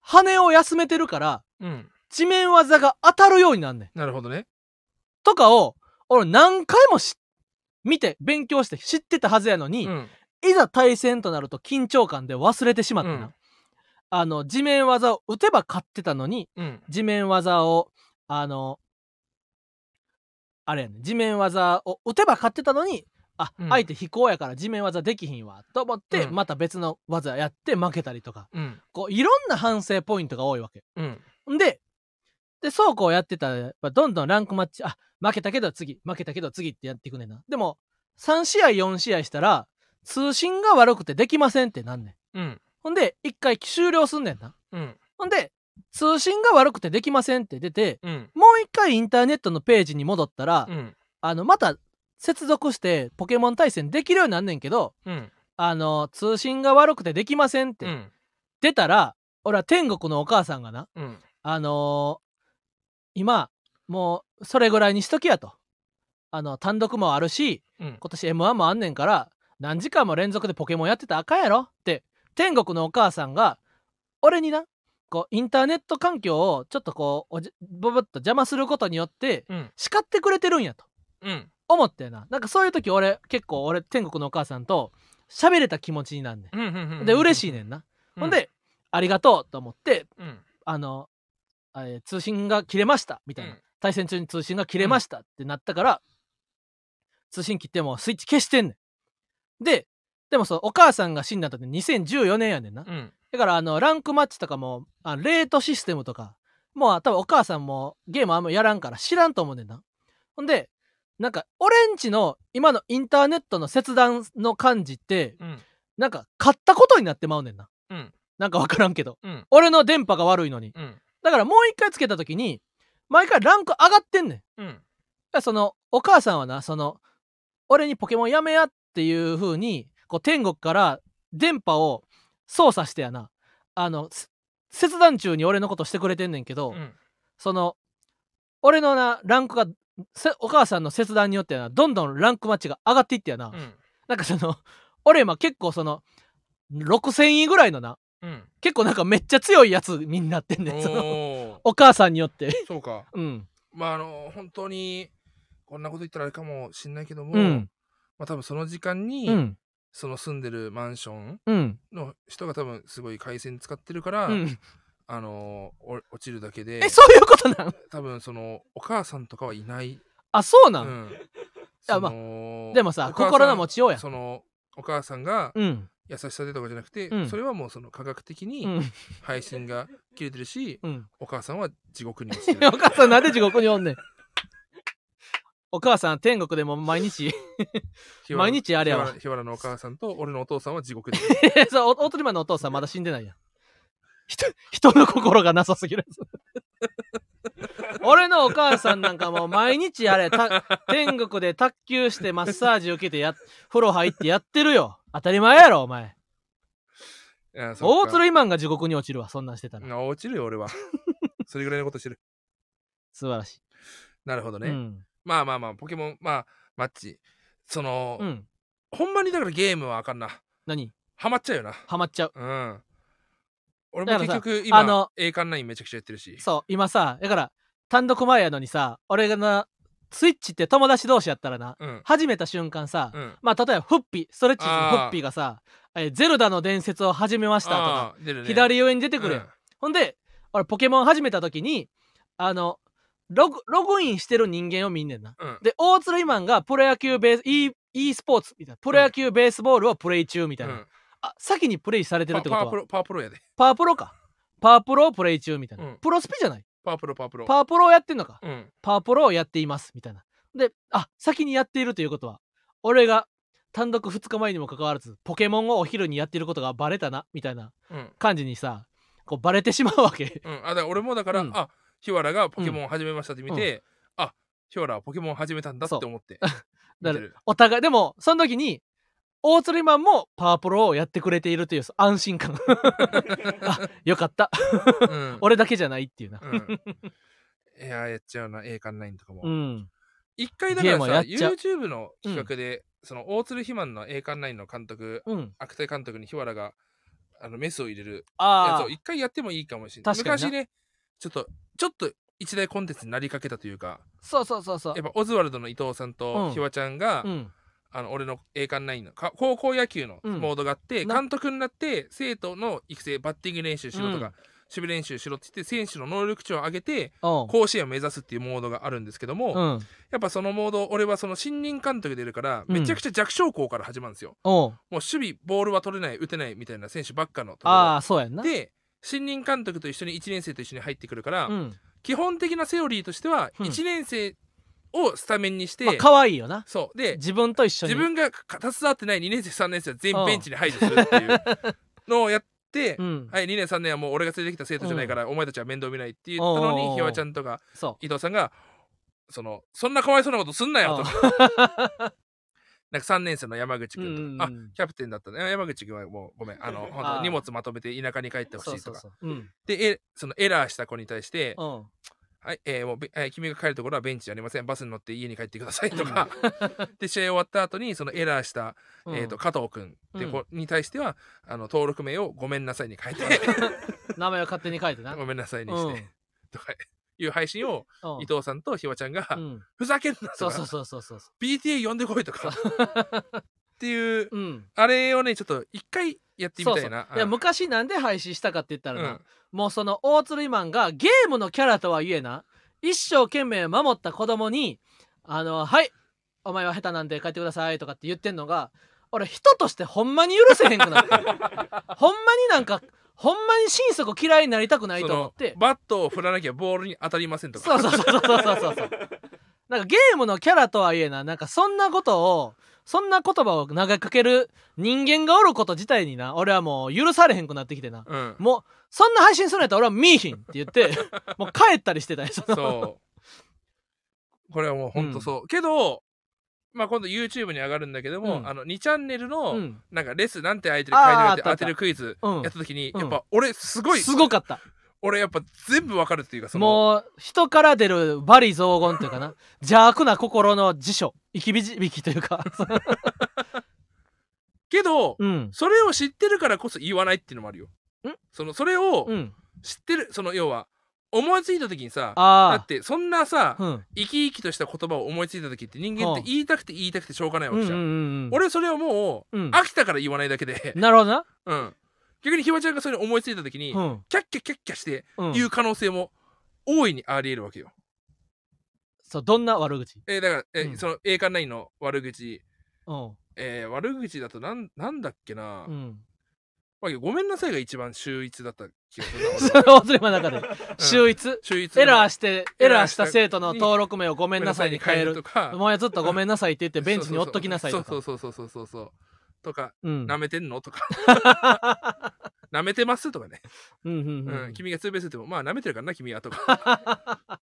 羽を休めてるから、うん地面技が当たるようになんねん。なるほどねとかを、俺何回もし見て、勉強して知ってたはずやのに、うんいざ対戦となると緊張感で忘れてしまったな。うんあの、地面技を打てば勝ってたのに、うん地面技をあのあれやね地面技を打てば勝ってたのにあ、うん相手飛行やから地面技できひんわと思って、うんまた別の技やって負けたりとかうんこういろんな反省ポイントが多いわけうんんででそうこうやってたらやっぱどんどんランクマッチあ負けたけど次負けたけど次ってやっていくねんなでも3試合4試合したら通信が悪くてできませんってなんねんうんほんで1回終了すんねんなうんほんで通信が悪くてできませんって出て、うんもう一回インターネットのページに戻ったら、うんあの、また接続してポケモン対戦できるようになんねんけど、うんあの、通信が悪くてできませんっうてん出たら、俺は天国のお母さんがな、うんあのー今、もうそれぐらいにしときやと。あの、単独もあるし、うん今年 M1 もあんねんから、何時間も連続でポケモンやってたらあかんやろって、天国のお母さんが、俺にな、こうインターネット環境をちょっとこうおじボボッと邪魔することによってうん叱ってくれてるんやとうん思ったよななんかそういう時俺結構俺天国のお母さんと喋れた気持ちになんねうんうんうんんで嬉しいねんな、うんほんでありがとうと思ってうんあの、えー通信が切れましたみたいな、うん対戦中に通信が切れましたってなったから、通信切ってもスイッチ消してんねんででもそうお母さんが死んだのって2014年やねんな、うんだからあのランクマッチとかもあレートシステムとかもう多分お母さんもゲームあんまやらんから知らんと思うねんな。ほんでなんか俺んちの今のインターネットの切断の感じってうんなんか買ったことになってまうねんな。うんなんかわからんけどうん俺の電波が悪いのにうんだからもう一回つけた時に毎回ランク上がってんねん。うんだからそのお母さんはなその俺にポケモンやめやっていう風にこう天国から電波を操作してやなあのせ切断中に俺のことしてくれてんねんけど、うんその俺のなランクがせお母さんの切断によってやなどんどんランクマッチが上がっていってやな、うんなんかその俺今結構その6,000位ぐらいのなうん結構なんかめっちゃ強いやつになってんねんそのおーお母さんによってそうかうんまああの本当にこんなこと言ったらあれかもしんないけども、うんまあ多分その時間に、うんその住んでるマンションうんの人が多分すごい回線使ってるから、うんあのーお落ちるだけでえそういうことなん多分そのお母さんとかはいない、あそうな、うんん、やまああでもさ心の持ちようやんそのお母さんがうん優しさでとかじゃなくて、うんそれはもうその科学的うにん配信が切れてるし、うんお母さんは地獄に落ちてお る母さんなんで地獄におんねんお母さん天国でも毎日 日原毎日あれやわ日原日原のお母さん と俺のお父さんは地獄でそうおオートリマンのお父さんまだ死んでないやん人人の心がなさすぎる俺のお母さんなんかもう毎日あれた天国で卓球してマッサージ受けてや風呂入ってやってるよ当たり前やろお前 あそオうーかトリマンが地獄に落ちるわそんなんしてたらあ落ちるよ俺 はそれぐらいのことしてる素晴らしなるほどい、ね、うんまあまあまあポケモンまあマッチその、うんほんまにだからゲームはあかんな何ハマっちゃうよなハマっちゃううん俺だもから結さ局あ今の栄冠ラインめちゃくちゃやってるしそう、今さ、だから、単独前やのにさ、俺がな、スイッチって友達同士やったらな、うん始めた瞬間さ、うんまあ、例えば、フッピー、ストレッチーズのあフーッピーがさ、えーゼルダの伝説を始めましたとか、あー出るね左上に出てくるやん、ほんで、俺、ポケモン始めた時に、あの、ログ、ログインしてる人間を見んねんな。うんうんで、大鶴イマンがプロ野球ベース、e, e スポーツみたいな、プロ野球ベースボールをプレイ中みたいな。うんあ、先にプレイされてるってこパワーとはプ、ロパワープロやでパワープロか。パワープロをプレイ中みたいな。うんプロスピじゃないパワープロパワープロパワープロをやってんのか。うんパワープロをやっています。みたいな。で、あ、先にやっているということは、俺が単独2日前にもかかわらず、ポケモンをお昼にやっていることがバレたな、みたいなうん感じにさ、こうバレてしまうわけ。 うんあだから俺もだから、うんあ日原がポケモンを始めましたって見て、あ日原はポケモンを始めたんだって思っ てだ見かてらるお互い、でも、その時に、大鶴マンもパワープロをやってくれているという安心感。 あ、よかった。うん俺だけじゃないっていうな。うんいややっちゃうな栄冠ラインとかも、うん。一回だからゲームやさっちゃう YouTube の企画で、その大鶴肥満の栄冠ラインの監督うん。悪態監督に日原があのメスを入れるやつあを一回やってもいいかもしれない確かにな昔ねちょっとちょっと一大コンテンツになりかけたというかあ、そうそうそうそうやっ。ぱオズワルドの伊藤さんうんとひわちゃんが、うん。あの俺の栄冠ラインのか高校野球のうんモードがあって、な監督になって生徒の育成バッティング練習しろとうんか、守備練習しろって言って選手の能力値を上げておう甲子園を目指すっていうモードがあるんですけども、うん。やっぱそのモード俺はその新任監督でいるからうんめちゃくちゃ弱小校から始まるんですよ、おうもう守備ボールは取れない打てないみたいな選手ばっかのところああ、そうやんな。で新任監督と一緒に1年生と一緒に入ってくるから、うん。基本的なセオリーとしてはうん1年生をスタメンにして、まあ、可愛いよな。そうで自分と一緒に。自分がか携わってない2年生3年生は全員ベンチに排除するっていうのをやって、うん。はい、2年3年はもう俺が連れてきた生徒じゃないから、お前たちは面倒見ないって言ったおうおうおのうにひわちゃんとかそ伊藤さんがそのそんなかわいそうなことすんなう。よとあかなんか3年生の山口君とか、うんうんうんあキャプテンだったねあ山口君はもうごめんあの本当あー荷物まとめて田舎に帰ってほしいとかそうそうそう。うん。でえそのエラーした子に対してうん。はい、えーもうべえー君が帰るところはベンチじゃありません。バスに乗って家に帰ってくださいとか。で、試合終わった後に、そのエラーした、うんえー、と加藤君で、こに対しては、あの登録名をごめんなさいに変えて、名前を勝手に書いて な。ごめんなさいにうしんて、とかいう配信をうん伊藤さんとひわちゃんが、うんふざけんなとそうそうか、そうそうそうそ PTA 呼んでこいと か、っていう、う。うん。あれをね、ちょっと一回やってみそうたそいうな。いやうん昔なんで廃止したかって言ったらな、うんもうその大鶴マンがゲームのキャラとはいえな一生懸命守った子供に「あのはいお前は下手なんで帰ってください」とかって言ってんのが俺人としてほんまに許せへんく なってほんまになんかほんまに心底嫌いになりたくないそと思っのてバットを振らなきゃボールに当たりませんとか。そうそうそうそうそうそうそうなんかゲームのキャラとはいえななんかそんなことをそんな言葉を投げかける人間がおること自体にな俺はもう許されへんくなってきてなうん、もう、そんな配信するんやったら俺は見えひんって言 って、もう帰ったりしてたよ、そのそう。これはもうほんとそう。けど、まあ今度 YouTube に上がるんだけども、うんあの2チャンネルうの、ん。なんかレスなんて相手にあー書いてるって当あったあったてるクイズうんやった時に、うんやっぱ俺すごい、すごかった。俺やっぱ全部わかるっていうか、その、もう、人から出るバリ雑言というかな、邪悪な心の辞書、生きびきとい うか、そのけど、うん。それを知ってるからこそ言わないっていうのもあるよん。その、それをうん。知ってる、その要は、思いついた時にさ、だあってそんなさあ。、うん。生き生きとした言葉を思いついた時って人間ってうん言いたくて言いたくてしょうがないわうんけうんじゃ。うんん。俺それをもうんう、飽きたから言わないだけで、なるほどな。うん。逆にひわちゃんがそれを思いついた時に、うん。キャッキャキャッキャしてうん言う可能性も大いにあり得るわけよ。そう、どんな悪口えーだから、えーうんその栄冠ナインの悪口、うん。えー悪口だとなんなんだっけな、うん。まあごめんなさいが一番秀逸だった気がする な俺そはれは忘れ物の中で、秀逸。秀逸エラーしして、エラーした生徒の登録名をごめごんなさいに変える。とかお前はずっとごめんなさいって言ってベンチにおっときなさいそうそとかう。そうそうそうそうそうそうとかうん舐めてんのと か舐めてますとかね、うんうんううんん。君がツーベース打ってもまあ舐めてるからな君はとか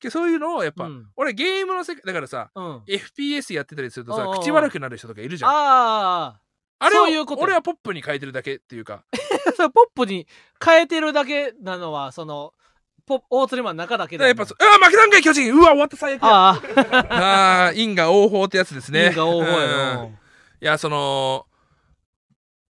けそういうのをやっぱ、うん俺ゲームの世界だからさ、うん。 FPS やってたりするとおうさおうおう口悪くなる人とかいるじゃんああれをそういうこと俺はポップに変えてるだけっていうかあそれポップに変えてるだけなのはそのポ大鶴マンの中だけだだからよやっぱそううわ負けたんかい巨人うわ終わった最悪ああああー因果応報ってやつですねねが大声うんいのやその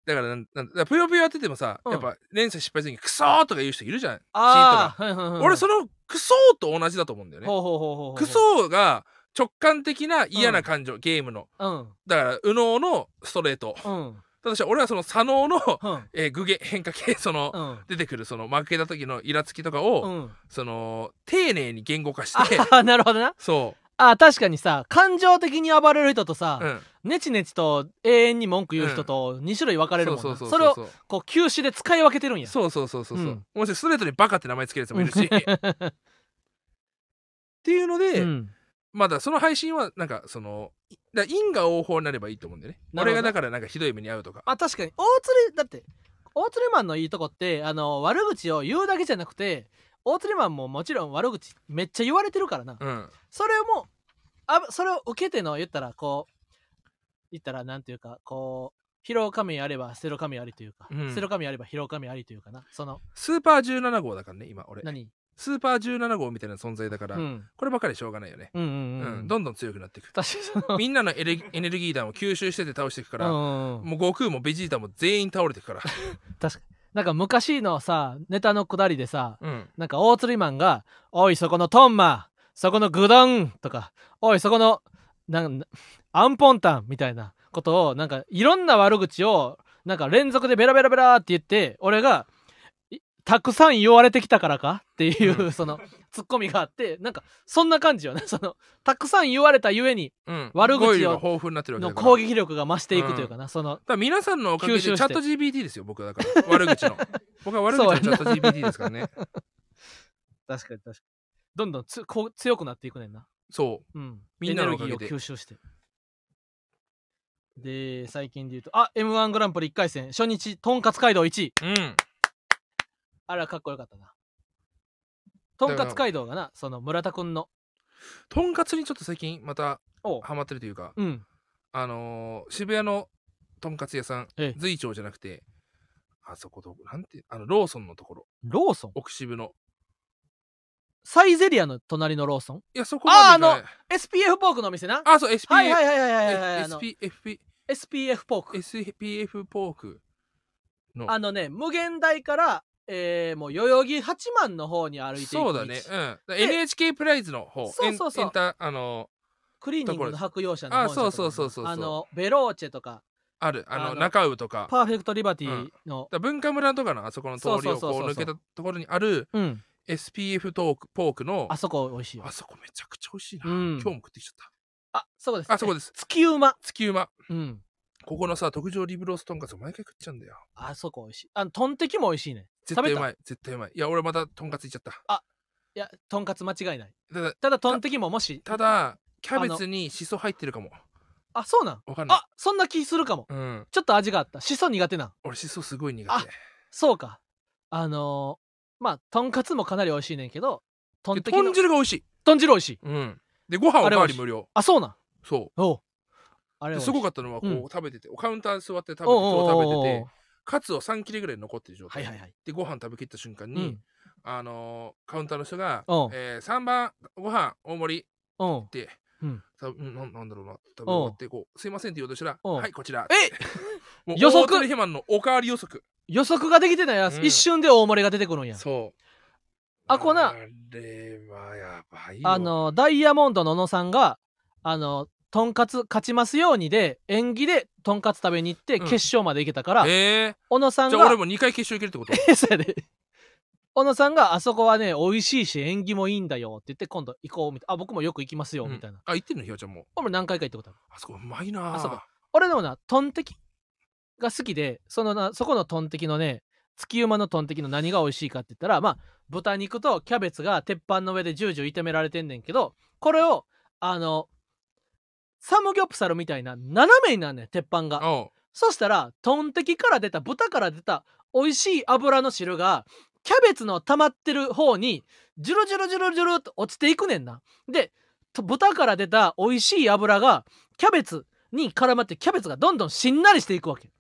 だからなんなんだからぷよぷよやっててもさ、うんやっぱ連鎖失敗する時にクソーとか言う人いるじゃんああはいはいはい俺そのクソーと同じだと思うんだよねほうほうほうほうほうクソーが直感的な嫌な感情、ゲームのうんだから右脳のストレートうんただし俺はその左脳の、うんえー、具現変化系その、うん出てくるその負けた時のイラつきとかを、うんその丁寧に言語化しあてあなるほどなそああ確かにさ感情的に暴れる人とう、うさん、ネチネチと永遠に文句言う人と2種類分かれるもんそうなそうそそうれそをうこう休止で使い分けてるんやそうそうそうそうそう、うんもしストレートにバカって名前つけるやつもいる しっていうので、うんまだその配信はなんかそのいだから因果応報になればいいと思うんだよねな俺るほどがだからなんかひどい目に遭うとかまあ確かに大釣りだって大釣りマンのいいとこってあの悪口を言うだけじゃなくて大釣りマンももちろん悪口めっちゃ言われてるからな、うんそれもあそれを受けての言ったらこう言ったらなんていうかこう拾う神あれば捨てる神ありというか、うん捨てる神あれば拾う神ありというかなそのスーパー17号だからね今俺何、スーパー17号みたいな存在だかうら、ん、うんこればかりしょうがないよね、うんううんんうんどんどん強くなっていく確かにそのみんなのエレエネルギー弾を吸収してて倒していくから、うんうんうんもう悟空もベジータも全員倒れてくから。確かになんか昔のさネタのくだりでさ、うん。なんか大釣りマンが「おいそこのトンマそこのグドン!」とか「おいそこのなんアンポンタン」みたいなことをなんかいろんな悪口をなんか連続でベラベラベラって言って俺がいたくさん言われてきたからかっていう、うそのツッコミがあってなんかそんな感じよねそのたくさん言われたゆえにうん、悪口を語彙量が豊富になってるわけのだから。攻撃力が増していくというかな、そのだから皆さんのおかげで吸チ収ャしッてト GPT ですよ、僕はだから。 悪口の。僕は悪口のチャット GPT ですから ね。確かに確かにどんどんつこう強くなっていくねんなそう。うん、みんなのおかげでエネルギーを吸収してで最近で言うとあ m 1グランプリ1回戦初日とんかつ街道1位うん。あれはかっこよかったなとんかつ街道がなその村田くんのとんかつにちょっと最近またおうハマってるというか、うんあのー渋谷のとんかつ屋さんええ、随町じゃなくて、あそこどこ、なんて、あの、ローソンのところ、ローソン奥渋の。サイゼリアの隣のローソンいや、そこまでいかない。 SPF ポークのお店なあ、そう、SPF、はいはいはいはいはいはいあの SPF、 SPF ポーク SPF ポークの。あのね無限大から、えー、もう代々木八幡の方に歩いていくそうだね。道うん。NHK プライズの方。そうそうそうエンエンタ、あの、クリーニングの白洋舎の方にあそうそうそうそうそうあのベローチェとかある、あの、あの中尾とか。だかパーフェクトリバティのら文化村とかのあそこの通りをそうそうこそううそう抜けたところにあるうん、 SPF トークポークのあそこ美味しいよあそこめちゃくちゃ美味しいな、うん今日も食ってきちゃっあそこですたあそこです月うま月うまうんここのさ特上リブロースとんかつを毎回食っちゃうんだよあそこ美味しいあのトンテキも美味しいね絶対食べうたまい絶対うまいいや俺またとんかついっちゃったいやとんかつ間違いないただただトンテキももしたただキャベツにしそ入ってるかもあそうなんわかんないあそんな気するかもうんちょっと味があったしそ苦手なん俺しそすごい苦あ手そうかあのー、まあとんかつもかなり美味しいねんけどトンでテキの豚汁が美味しい豚汁美味しいうんでご飯おかわり無料あそうなんそおうあうでれ美味しすごかったのはこう、うん食べててカウンター座って食べておうおうおう今日食べておうてカツを3切れぐらい残ってる状は態、いはいはいでご飯食べきった瞬間うに、んあのーカウンターの人がおう「えー、3番ご飯大盛り」っおうて、うんたうんなんなんだろうな食べ終わってこう「すいません」って言おうとしたら「おうはいこちら」えもう予測大鳥肥満のおかわり予測予測ができてないやつ、うん一瞬で大盛りが出てくるんやそうあこうなあれはやばいよあのダイヤモンドの野野さんがあのとんかつ勝ちますようにで縁起でとんかつ食べに行っうてん決勝まで行けたから、えー、小野さんじゃあ俺がも2回決勝行けるってこと そうやで小野さんがあそこはね美味しいし縁起もいいんだよって言って今度行こうみたいなあ僕もよく行きますよみたいな、うんあ行ってんのひよちゃんも俺も何回か行ったことあるあそこうまいなあそこ俺でもなトンテキが好きでそのなそこのトンテキのね月馬のトンテキの何が美味しいかって言ったらまあ豚肉とキャベツが鉄板の上でジュージュー炒められてんねんけどこれをあのサムギョプサルみたいな斜めになんねん鉄板がおうそしたらトンテキから出た豚から出た美味しい油の汁がキャベツの溜まってる方にジュルジュルジュルジュルと落ちていくねんなでと豚から出た美味しい油がキャベツに絡まってキャベツがどんどんしんなりしていくわけ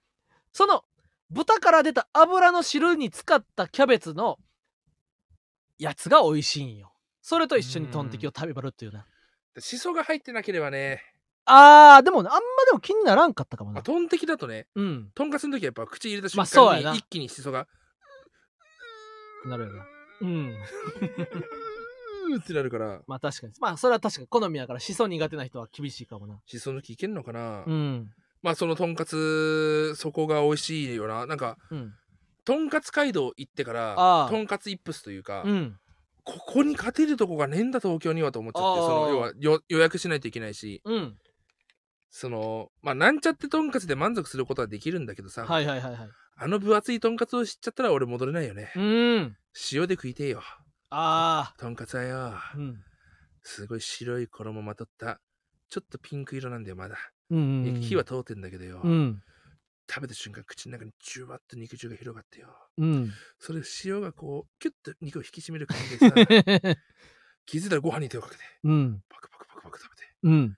その豚から出た油の汁に使ったキャベツのやつが美味しいんよそれと一緒にトンテキを食べるっていうなしそが入ってなければね、あーでもねあんまでも気にならんかったかもまあ、なトンテキだとねうんとんかつの時はやっぱ口入れた瞬まあそう間やなに一気にしそがなるよなうんうーってなるからまあ確かにまあそれは確かに好みやからしそ苦手な人は厳しいかもなしその時いけんのかな、うんまあそのとんかつそこが美味しいよななんかうんとんかつ街道行ってかあらあとんかつイップスというか、うんここに勝てるとこがねえんだ東京にはと思っちゃってああその要はよ予約しないといけないしうんそのまあなんちゃってとんかつで満足することはできるんだけどさ、はいはいはいはいあの分厚いとんかつを知っちゃったら俺戻れないよね、うん塩で食いてえよあとんかつはよあうんすごい白い衣まとったちょっとピンク色なんだよまだ、うんうんうん火は通ってんだけどよ、うん食べた瞬間口の中にジュワッと肉汁が広がってよ うんそれ塩がこうキュッと肉を引き締める感じでさ 気づいたらご飯に手をかけてうんパクパクパクパク食べてうん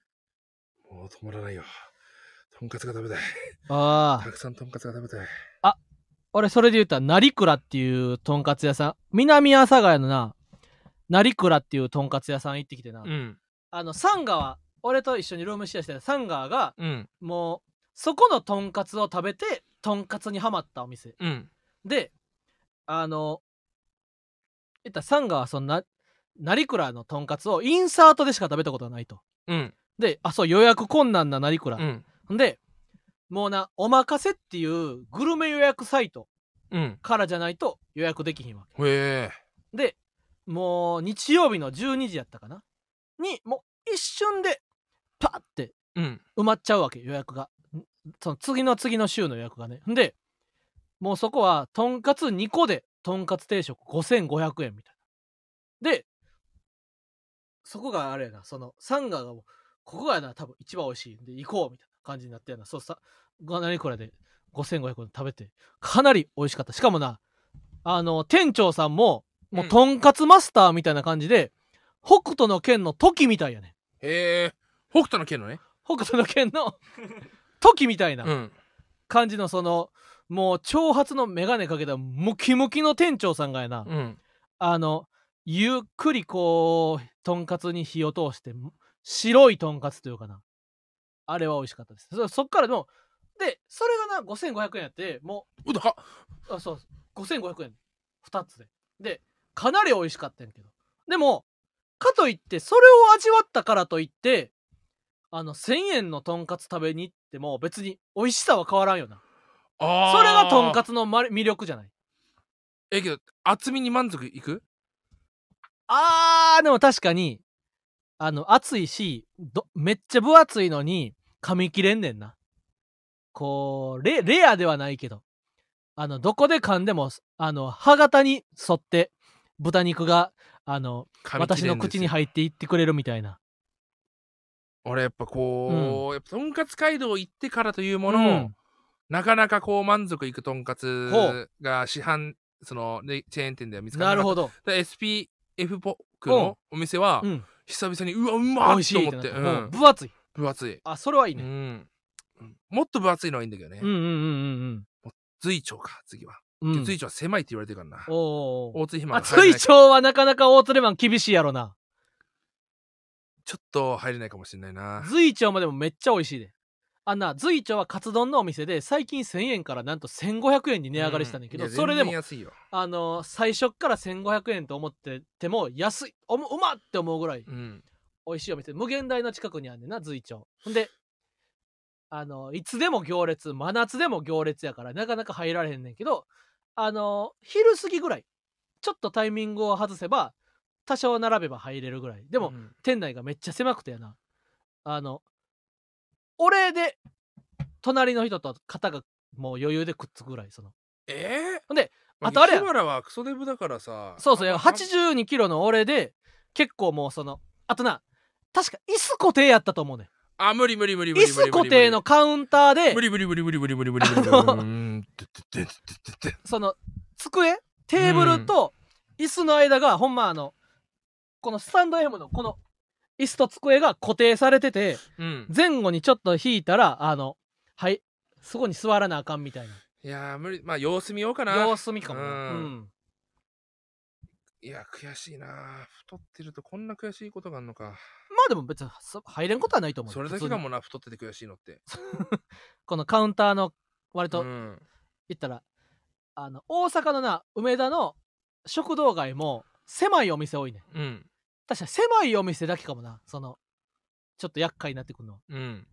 もう止まらないよとんかつが食べたいああたくさんとんかつが食べたい俺それで言ったら成倉っていうとんかつ屋さん南阿佐ヶ谷のな成倉っていうとんかつ屋さん行ってきてな、んあのサンガは俺と一緒にルームシェアしてたサンガがうんもうそこのとんかつを食べてとんかつにはまったお店うんであの言ったらサンガはそんな成倉のとんかつをインサートでしか食べたことがないとうんであそう予約困難な成倉、うんほんでもうなおまかせっていうグルメ予約サイトうんからじゃないと予約できひんわけへえでもう日曜日の12時やったかなにもう一瞬でパッてうん埋まっちゃうわけ予約がんその次の次の週の予約がねんでもうそこはとんかつ2個でとんかつ定食5500円みたいなでそこがあれやなそのサンガがもうここがやな多分一番美味しいんで行こうみたいな感じになってやなそうさが何これで5500円食べてかなり美味しかったしかもなあの店長さんももううんとんかつマスターみたいな感じで、北斗の拳の時みたいやねんへえ北斗の剣のね北斗の拳の 時みたいなうん感じのそのもう長髪の眼鏡かけたムキムキの店長さんがやな、うんあのゆっくりこうとんかつに火を通して白いとんかつというかなあれは美味しかったですそそっからでもでそれがな5500円やってもううだはあそう5500円2つででかなり美味しかったんやけどでもかといってそれを味わったからといってあの1000円のとんかつ食べに行っても別に美味しさは変わらんよなあーそれがとんかつのま魅力じゃないええけど厚みに満足いくあーでも確かにあの熱いしどめっちゃ分厚いのに噛み切れんねんなこうレレアではないけどあのどこで噛んでもあの歯型に沿って豚肉があの噛み切私れのんです口よに入っていってくれるみたいな俺やっぱこう、やっぱとんかつ街道行ってからというもの、うんなかなかこう満足いくとんかつほうが市販そのねチェーン店では見つからななるかっほど、たで SPF ポックのお店はうん、久々にうわうま美っ味しとい思っってなてったううんん、分厚い分厚い、あそれはいいうね、ん、もっと分厚いのはいいんだけどね、うん、うんうんうん随腸か次は、うんうん随腸は狭いって言われてるからなおうおうおう大津ひまあ追徴はなかなか大トレマン厳しいやろなちょっと入れないかもしれないな随町もでもめっちゃ美味しいで。あんな随町はカツ丼のお店で最近1000円からなんと1500円に値上がりしたんだけど、ういやそれで全然も、安いよ、あのー最初っから1500円と思ってても安いおもうまっって思うぐらいうん、美味しいお店無限大の近くにあんねんな随町ほんであのーいつでも行列真夏でも行列やからなかなか入られへんねんけどあのー昼過ぎぐらいちょっとタイミングを外せば多少並べば入れるぐらいででも、店内がめっちゃ狭くてやなあの俺で隣の人と肩がもう余裕でくっつくぐらいそのええほんであとあれや日原はクソデブだからさそうそうあんま8 2キロの俺で結構もうそのあとな確か椅子固定やったと思うねあ無理無理無理ん無椅理無子理無固理定のカウンターで無理無理無理無理無理無理無理無理無理あのうーんてってってってってってその机テーブルと椅子の間が、ほんまあのこのスタンド M のこの椅子と机が固定されててうん前後にちょっと引いたらあのはいそこに座らなあかんみたいないやー無理まあ様子見ようかな様子見かもな、うんうんいや悔しいな太ってるとこんな悔しいことがあるのかまあでも別にそ入れんことはないと思うそれだけか普通にもな太ってて悔しいのってこのカウンターの割うとん言ったら、あの大阪のな梅田の食堂街も狭いお店多いねうん確かに狭いお店だけかもなそのちょっと厄介になってくるのはうん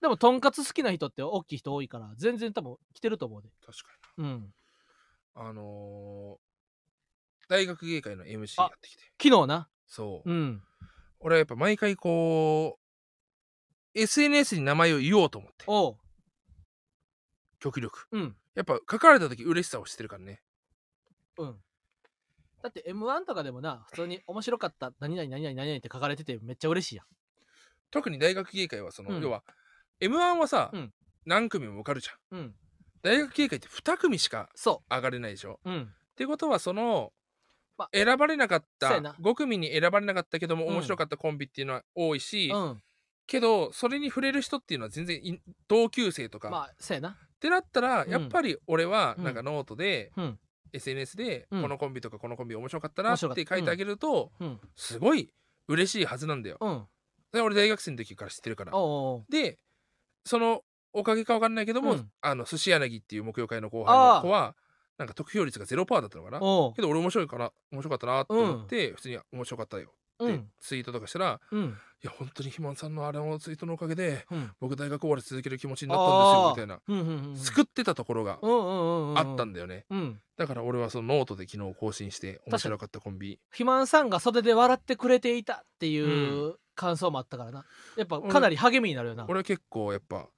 でもとんかつ好きな人って大きい人多いから全然多分来てると思うで確かうんになあのー大学芸会の MC やってきて昨日なそううん俺はやっぱ毎回こう SNS に名前を言おうと思っておう極力うんやっぱ書かれた時嬉しさをしてるからねうんだって m 1とかでもな普通に面白かった何々何々何々って書かれててめっちゃ嬉しいやん特に大学芸会はその、うん要は m 1はさ、うん何組も受かるじゃんうん大学芸会って2組しかそ上がれないでしょううんってことはその、まあ選ばれなかっそうたやな5組に選ばれなかったけどもうん面白かったコンビっていうのは多いし、うんけどそれに触れる人っていうのは全然い同級生とか、まあそうやなってなったら、うんやっぱり俺はうんなんかノートで、うん SNS で、うんこのコンビとかこのコンビ面白かったな面って白かった書いてあげると、うんすごい嬉しいはずなんだよ。うんで俺大学生の時から知ってるから。おうおうでそのおかげかわかんないけども、うんあの寿司柳っていう木曜会の後輩の子はなんか得票率が0%だったのかな。おうけど俺面白いから面白かったなと思って、普通に面白かったよっうてんツイートとかしたら、うんいや本当に肥満さんのあれのツイートのおかげでうん僕大学終わり続ける気持ちになったんですよあーみたいな、うんうんうん救ってたところがうんうんうんうんあったんだよね。うんだから俺はそのノートで昨日更新してかに面白かったコンビ肥満さんが袖で笑ってくれていたっていうう感想もあったからなやっぱ俺かなり励みになるよな俺は結構やっぱ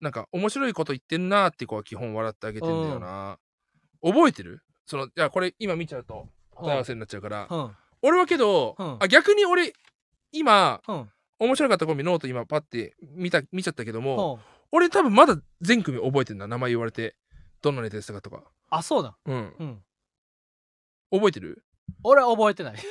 なんか面白いこと言ってんなーって子は基本笑ってあげてんだよな、覚えてるそのいやこれ今見ちゃうと答え合わせになっちゃうから、うん俺はけど、うんあ逆に俺今うん面白かったコンビノート今パッて見た見ちゃったけども、うん俺多分まだ全組覚えてんだ名前言われてどんなネタでしたかとかあそうなんうんうん覚えてる俺は覚えてない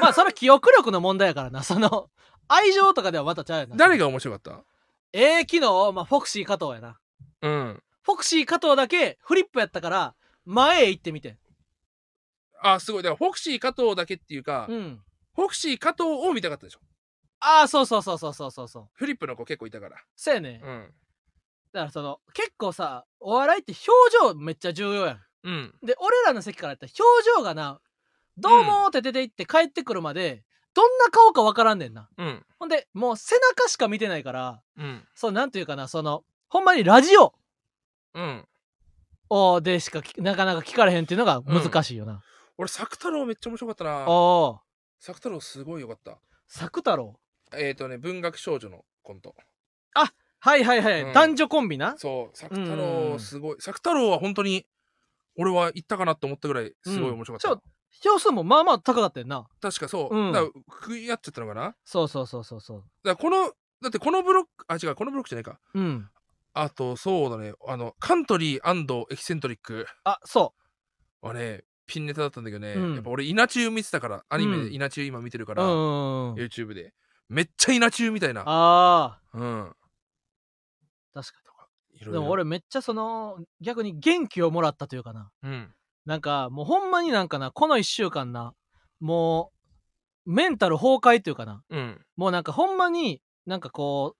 まあそれは記憶力の問題やからなその愛情とかではまたちゃうやな誰が面白かっええ昨日まあフォクシー加藤やなたうんフォクシー加藤だけフリップやったから前へ行ってみてあ、すごい。だから、フォクシー加藤だけっていうか、うん。フォクシー加藤を見たかったでしょ。ああ、そうそうそうそうそうそうそう。フリップの子結構いたから。そうやね。うん。だからその、結構さ、お笑いって表情めっちゃ重要やん。うん。で、俺らの席からやったら表情がな、どうもーって出て行って帰ってくるまで、どんな顔かわからんねんな。うん。ほんで、もう背中しか見てないから、うん。そう、なんていうかな、その、ほんまにラジオうん。をでしか聞なかなか聞かれへんっていうのが難しいよな。俺、作太郎めっちゃ面白かったあな。あ、作太郎すごいよかった。作太郎。えっ、ー、とね、文学少女のコント。はいはいはい、うん男女コンビな。そう、作太うんうんう郎んすごい。作太郎は本当に、俺は行ったかなと思ったぐらい、すごい面白かった。うんち票数もまあまあ高かったよな。確かそう。うんだから食い合っちゃったのかなだかそうそうそうそうそう。らこの、だってこのブロック、あ、違う、このブロックじゃないか。うん。あと、そうだね、あの、カントリーエキセントリックあ、そはね、ピンネタだったんだけどね、うんやっぱ俺、稲中見てたから、アニメうでん稲中今見てるかう。うら、んうんうん。 YouTube で。めっちゃ稲中みたいな。あうん。あ、確かいろいに。ろでも、俺めっちゃその、逆に元気をもらったというかな。うん。なんか、もうほんまになんかな、この一週間な、もう、メンタル崩壊というかな。うん。もうなんかほんまになんかこ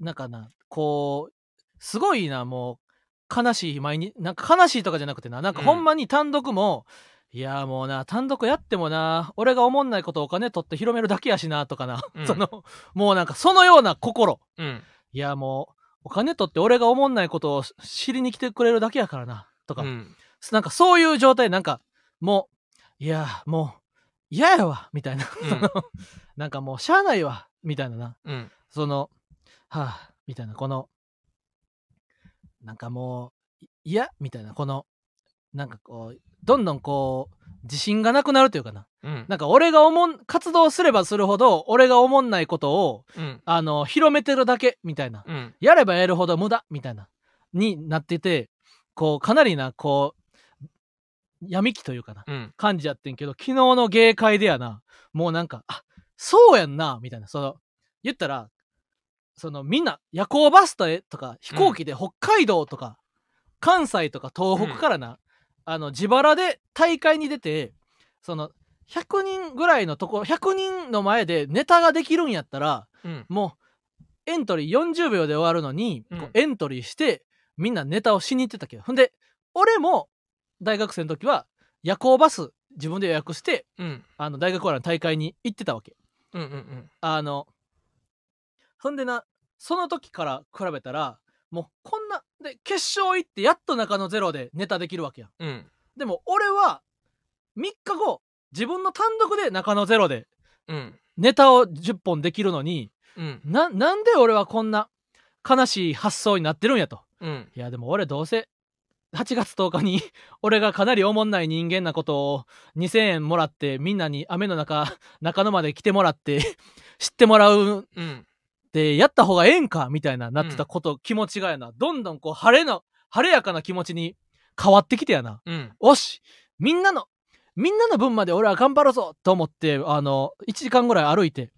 うなんかなこうすごいなもう悲しい毎日なんか悲しいとかじゃなくてななんかほんまに単独も、いやもうな単独やってもな俺が思んないことお金取って広めるだけやしなとかな、うんそのもうなんかそのような心うん。いやもうお金取って俺が思んないことを知りに来てくれるだけやからなとか、うん。なんかそういう状態なんかもういやもう嫌やわみたいな なんかもうしゃあないわみたいななうん。その、はあ、みたいな、この、なんかもう、いいや、みたいな、この、なんかこう、どんどんこう、自信がなくなるというかな。うん。なんか俺が思ん、活動すればするほど、俺が思んないことを、うん。あの、広めてるだけ、みたいな。うん。やればやるほど無駄、みたいな、になってて、こう、かなりな、こう、闇期というかな、うん。感じやってんけど、昨日の芸会でやな、もうなんか、あ、そうやんな、みたいな、その、言ったら、そのみんな夜行バスでとか飛行機で北海道とか、関西とか東北からな、あの自腹で大会に出てその100人ぐらいのとこ100人の前でネタができるんやったらうん。もうエントリー40秒で終わるのに、こううんエントリーしてみんなネタをしに行ってたけどほんで俺も大学生の時は夜行バス自分で予約してうん。あの大学からの大会に行ってたわけうん。うん。あのそんでなその時から比べたらもうこんなで決勝行ってやっと中野ゼロでネタできるわけやんうん。でも俺は3日後自分の単独で中野ゼロでうん。ネタを10本できるのにうん。ななんで俺はこんな悲しい発想になってるんやとうん。いやでも俺どうせ8月10日に 俺がかなりおもんない人間なことを2000円もらってみんなに雨の中 中野まで来てもらって 知ってもらううん。ってやった方がええんかみたいななってたこと、気持ちがやなどんどんこう晴れの晴れやかな気持ちに変わってきてやなうん。よしみんなのみんなの分まで俺は頑張るぞと思ってあの1時間ぐらい歩いて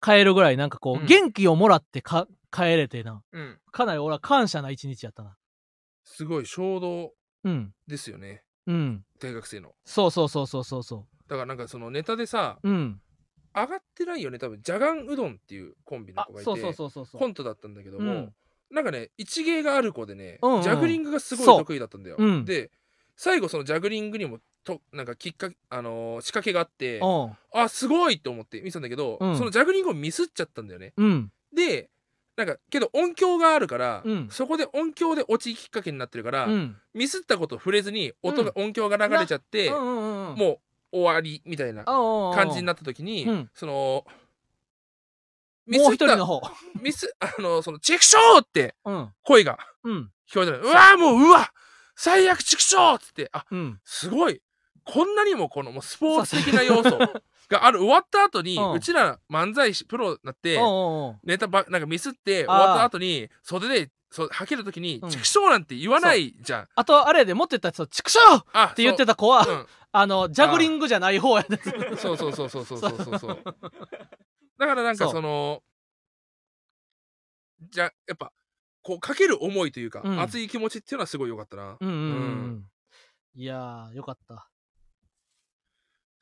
帰るぐらいなんかこう、うん元気をもらってか帰れてなうん。かなり俺は感謝な一日やったなすごい衝動うんですよね。うん大学生の。そうそうそうそうそうそだからなんかそのネタでさ、ううん上がってないよね、多分。ジャガンうどんっていうコンビのあ子がいて。そうそうそうそうそコうントだったんだけどうもん、なんかね、一芸がある子でね、うんうんジャグリングがすごいそう得意だったんだよ。うんで、最後そのジャグリングにも、となんかきっかけ、あのー仕掛けがあって、おうあ、すごいって思って見てたんだけど、うんそのジャグリングをミスっちゃったんだよね。うんで、なんか、けど音響があるから、うんそこで音響で落ちきっかけになってるから、うんミスったこと触れずに音が、音響が流れちゃって、うんうんうんもう終わりみたいなう感じにななった時に、うんそのミもうスっ一人たの方ミス あのそのチクショーってうん声がうん聞こえたのうわーもううわ最悪チクショーっつってあうんすごいこんなにもこのもうスポーツ的な要素がある終わった後に、ううんちら漫才師プロになって、おうおうおうネタばなんかミスって終あーわった後に袖でそう吐ける時に、うんチクショーなんて言わないじゃん。あとあれやでもっと言ったらそう「ちくしょう!」っあって言ってた子は、うんあのジャグリングじゃない方や でそうそうそうそうそうそうそうそう。だからなんかそうそのじゃやっぱこうかける思いというか、うん熱い気持ちっていうのはすごい良かったな。うんうんうんううんいやー、よかった。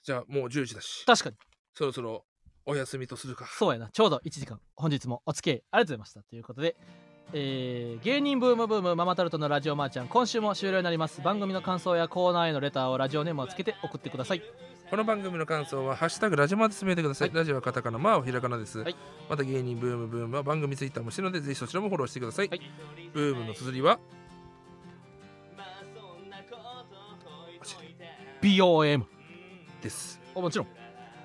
じゃあもう10時だし確かに、そろそろお休みとするかそうやな。ちょうど1時間、本日もお付き合いありがとうございました。ということで、えー芸人ブームブームママタルトのラジオマーちゃん、今週も終了になります。番組の感想やコーナーへのレターをラジオネームをつけて送ってください。この番組の感想は「ハッシュタグラジマ」で詰めてください、はラジオはカタカナマーをひらがなです、はいまた芸人ブームブームは番組ツイッターもしてるのでぜひそちらもフォローしてください、はいブームの綴りは BOM。ですおもちろん。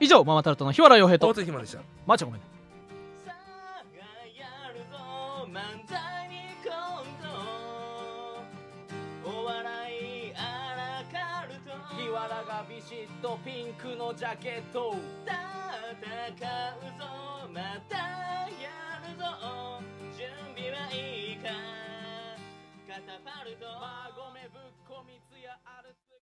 以上、ママタルトの日原洋平大と、津ひまでしたマーちゃんごめんね。さあやるぞ漫才にコントお笑いアラカルト日わらがビシッとピンクのジャケット戦うぞまたやるぞ準備はいいかカタパルト馬込めぶっこみつやあるつ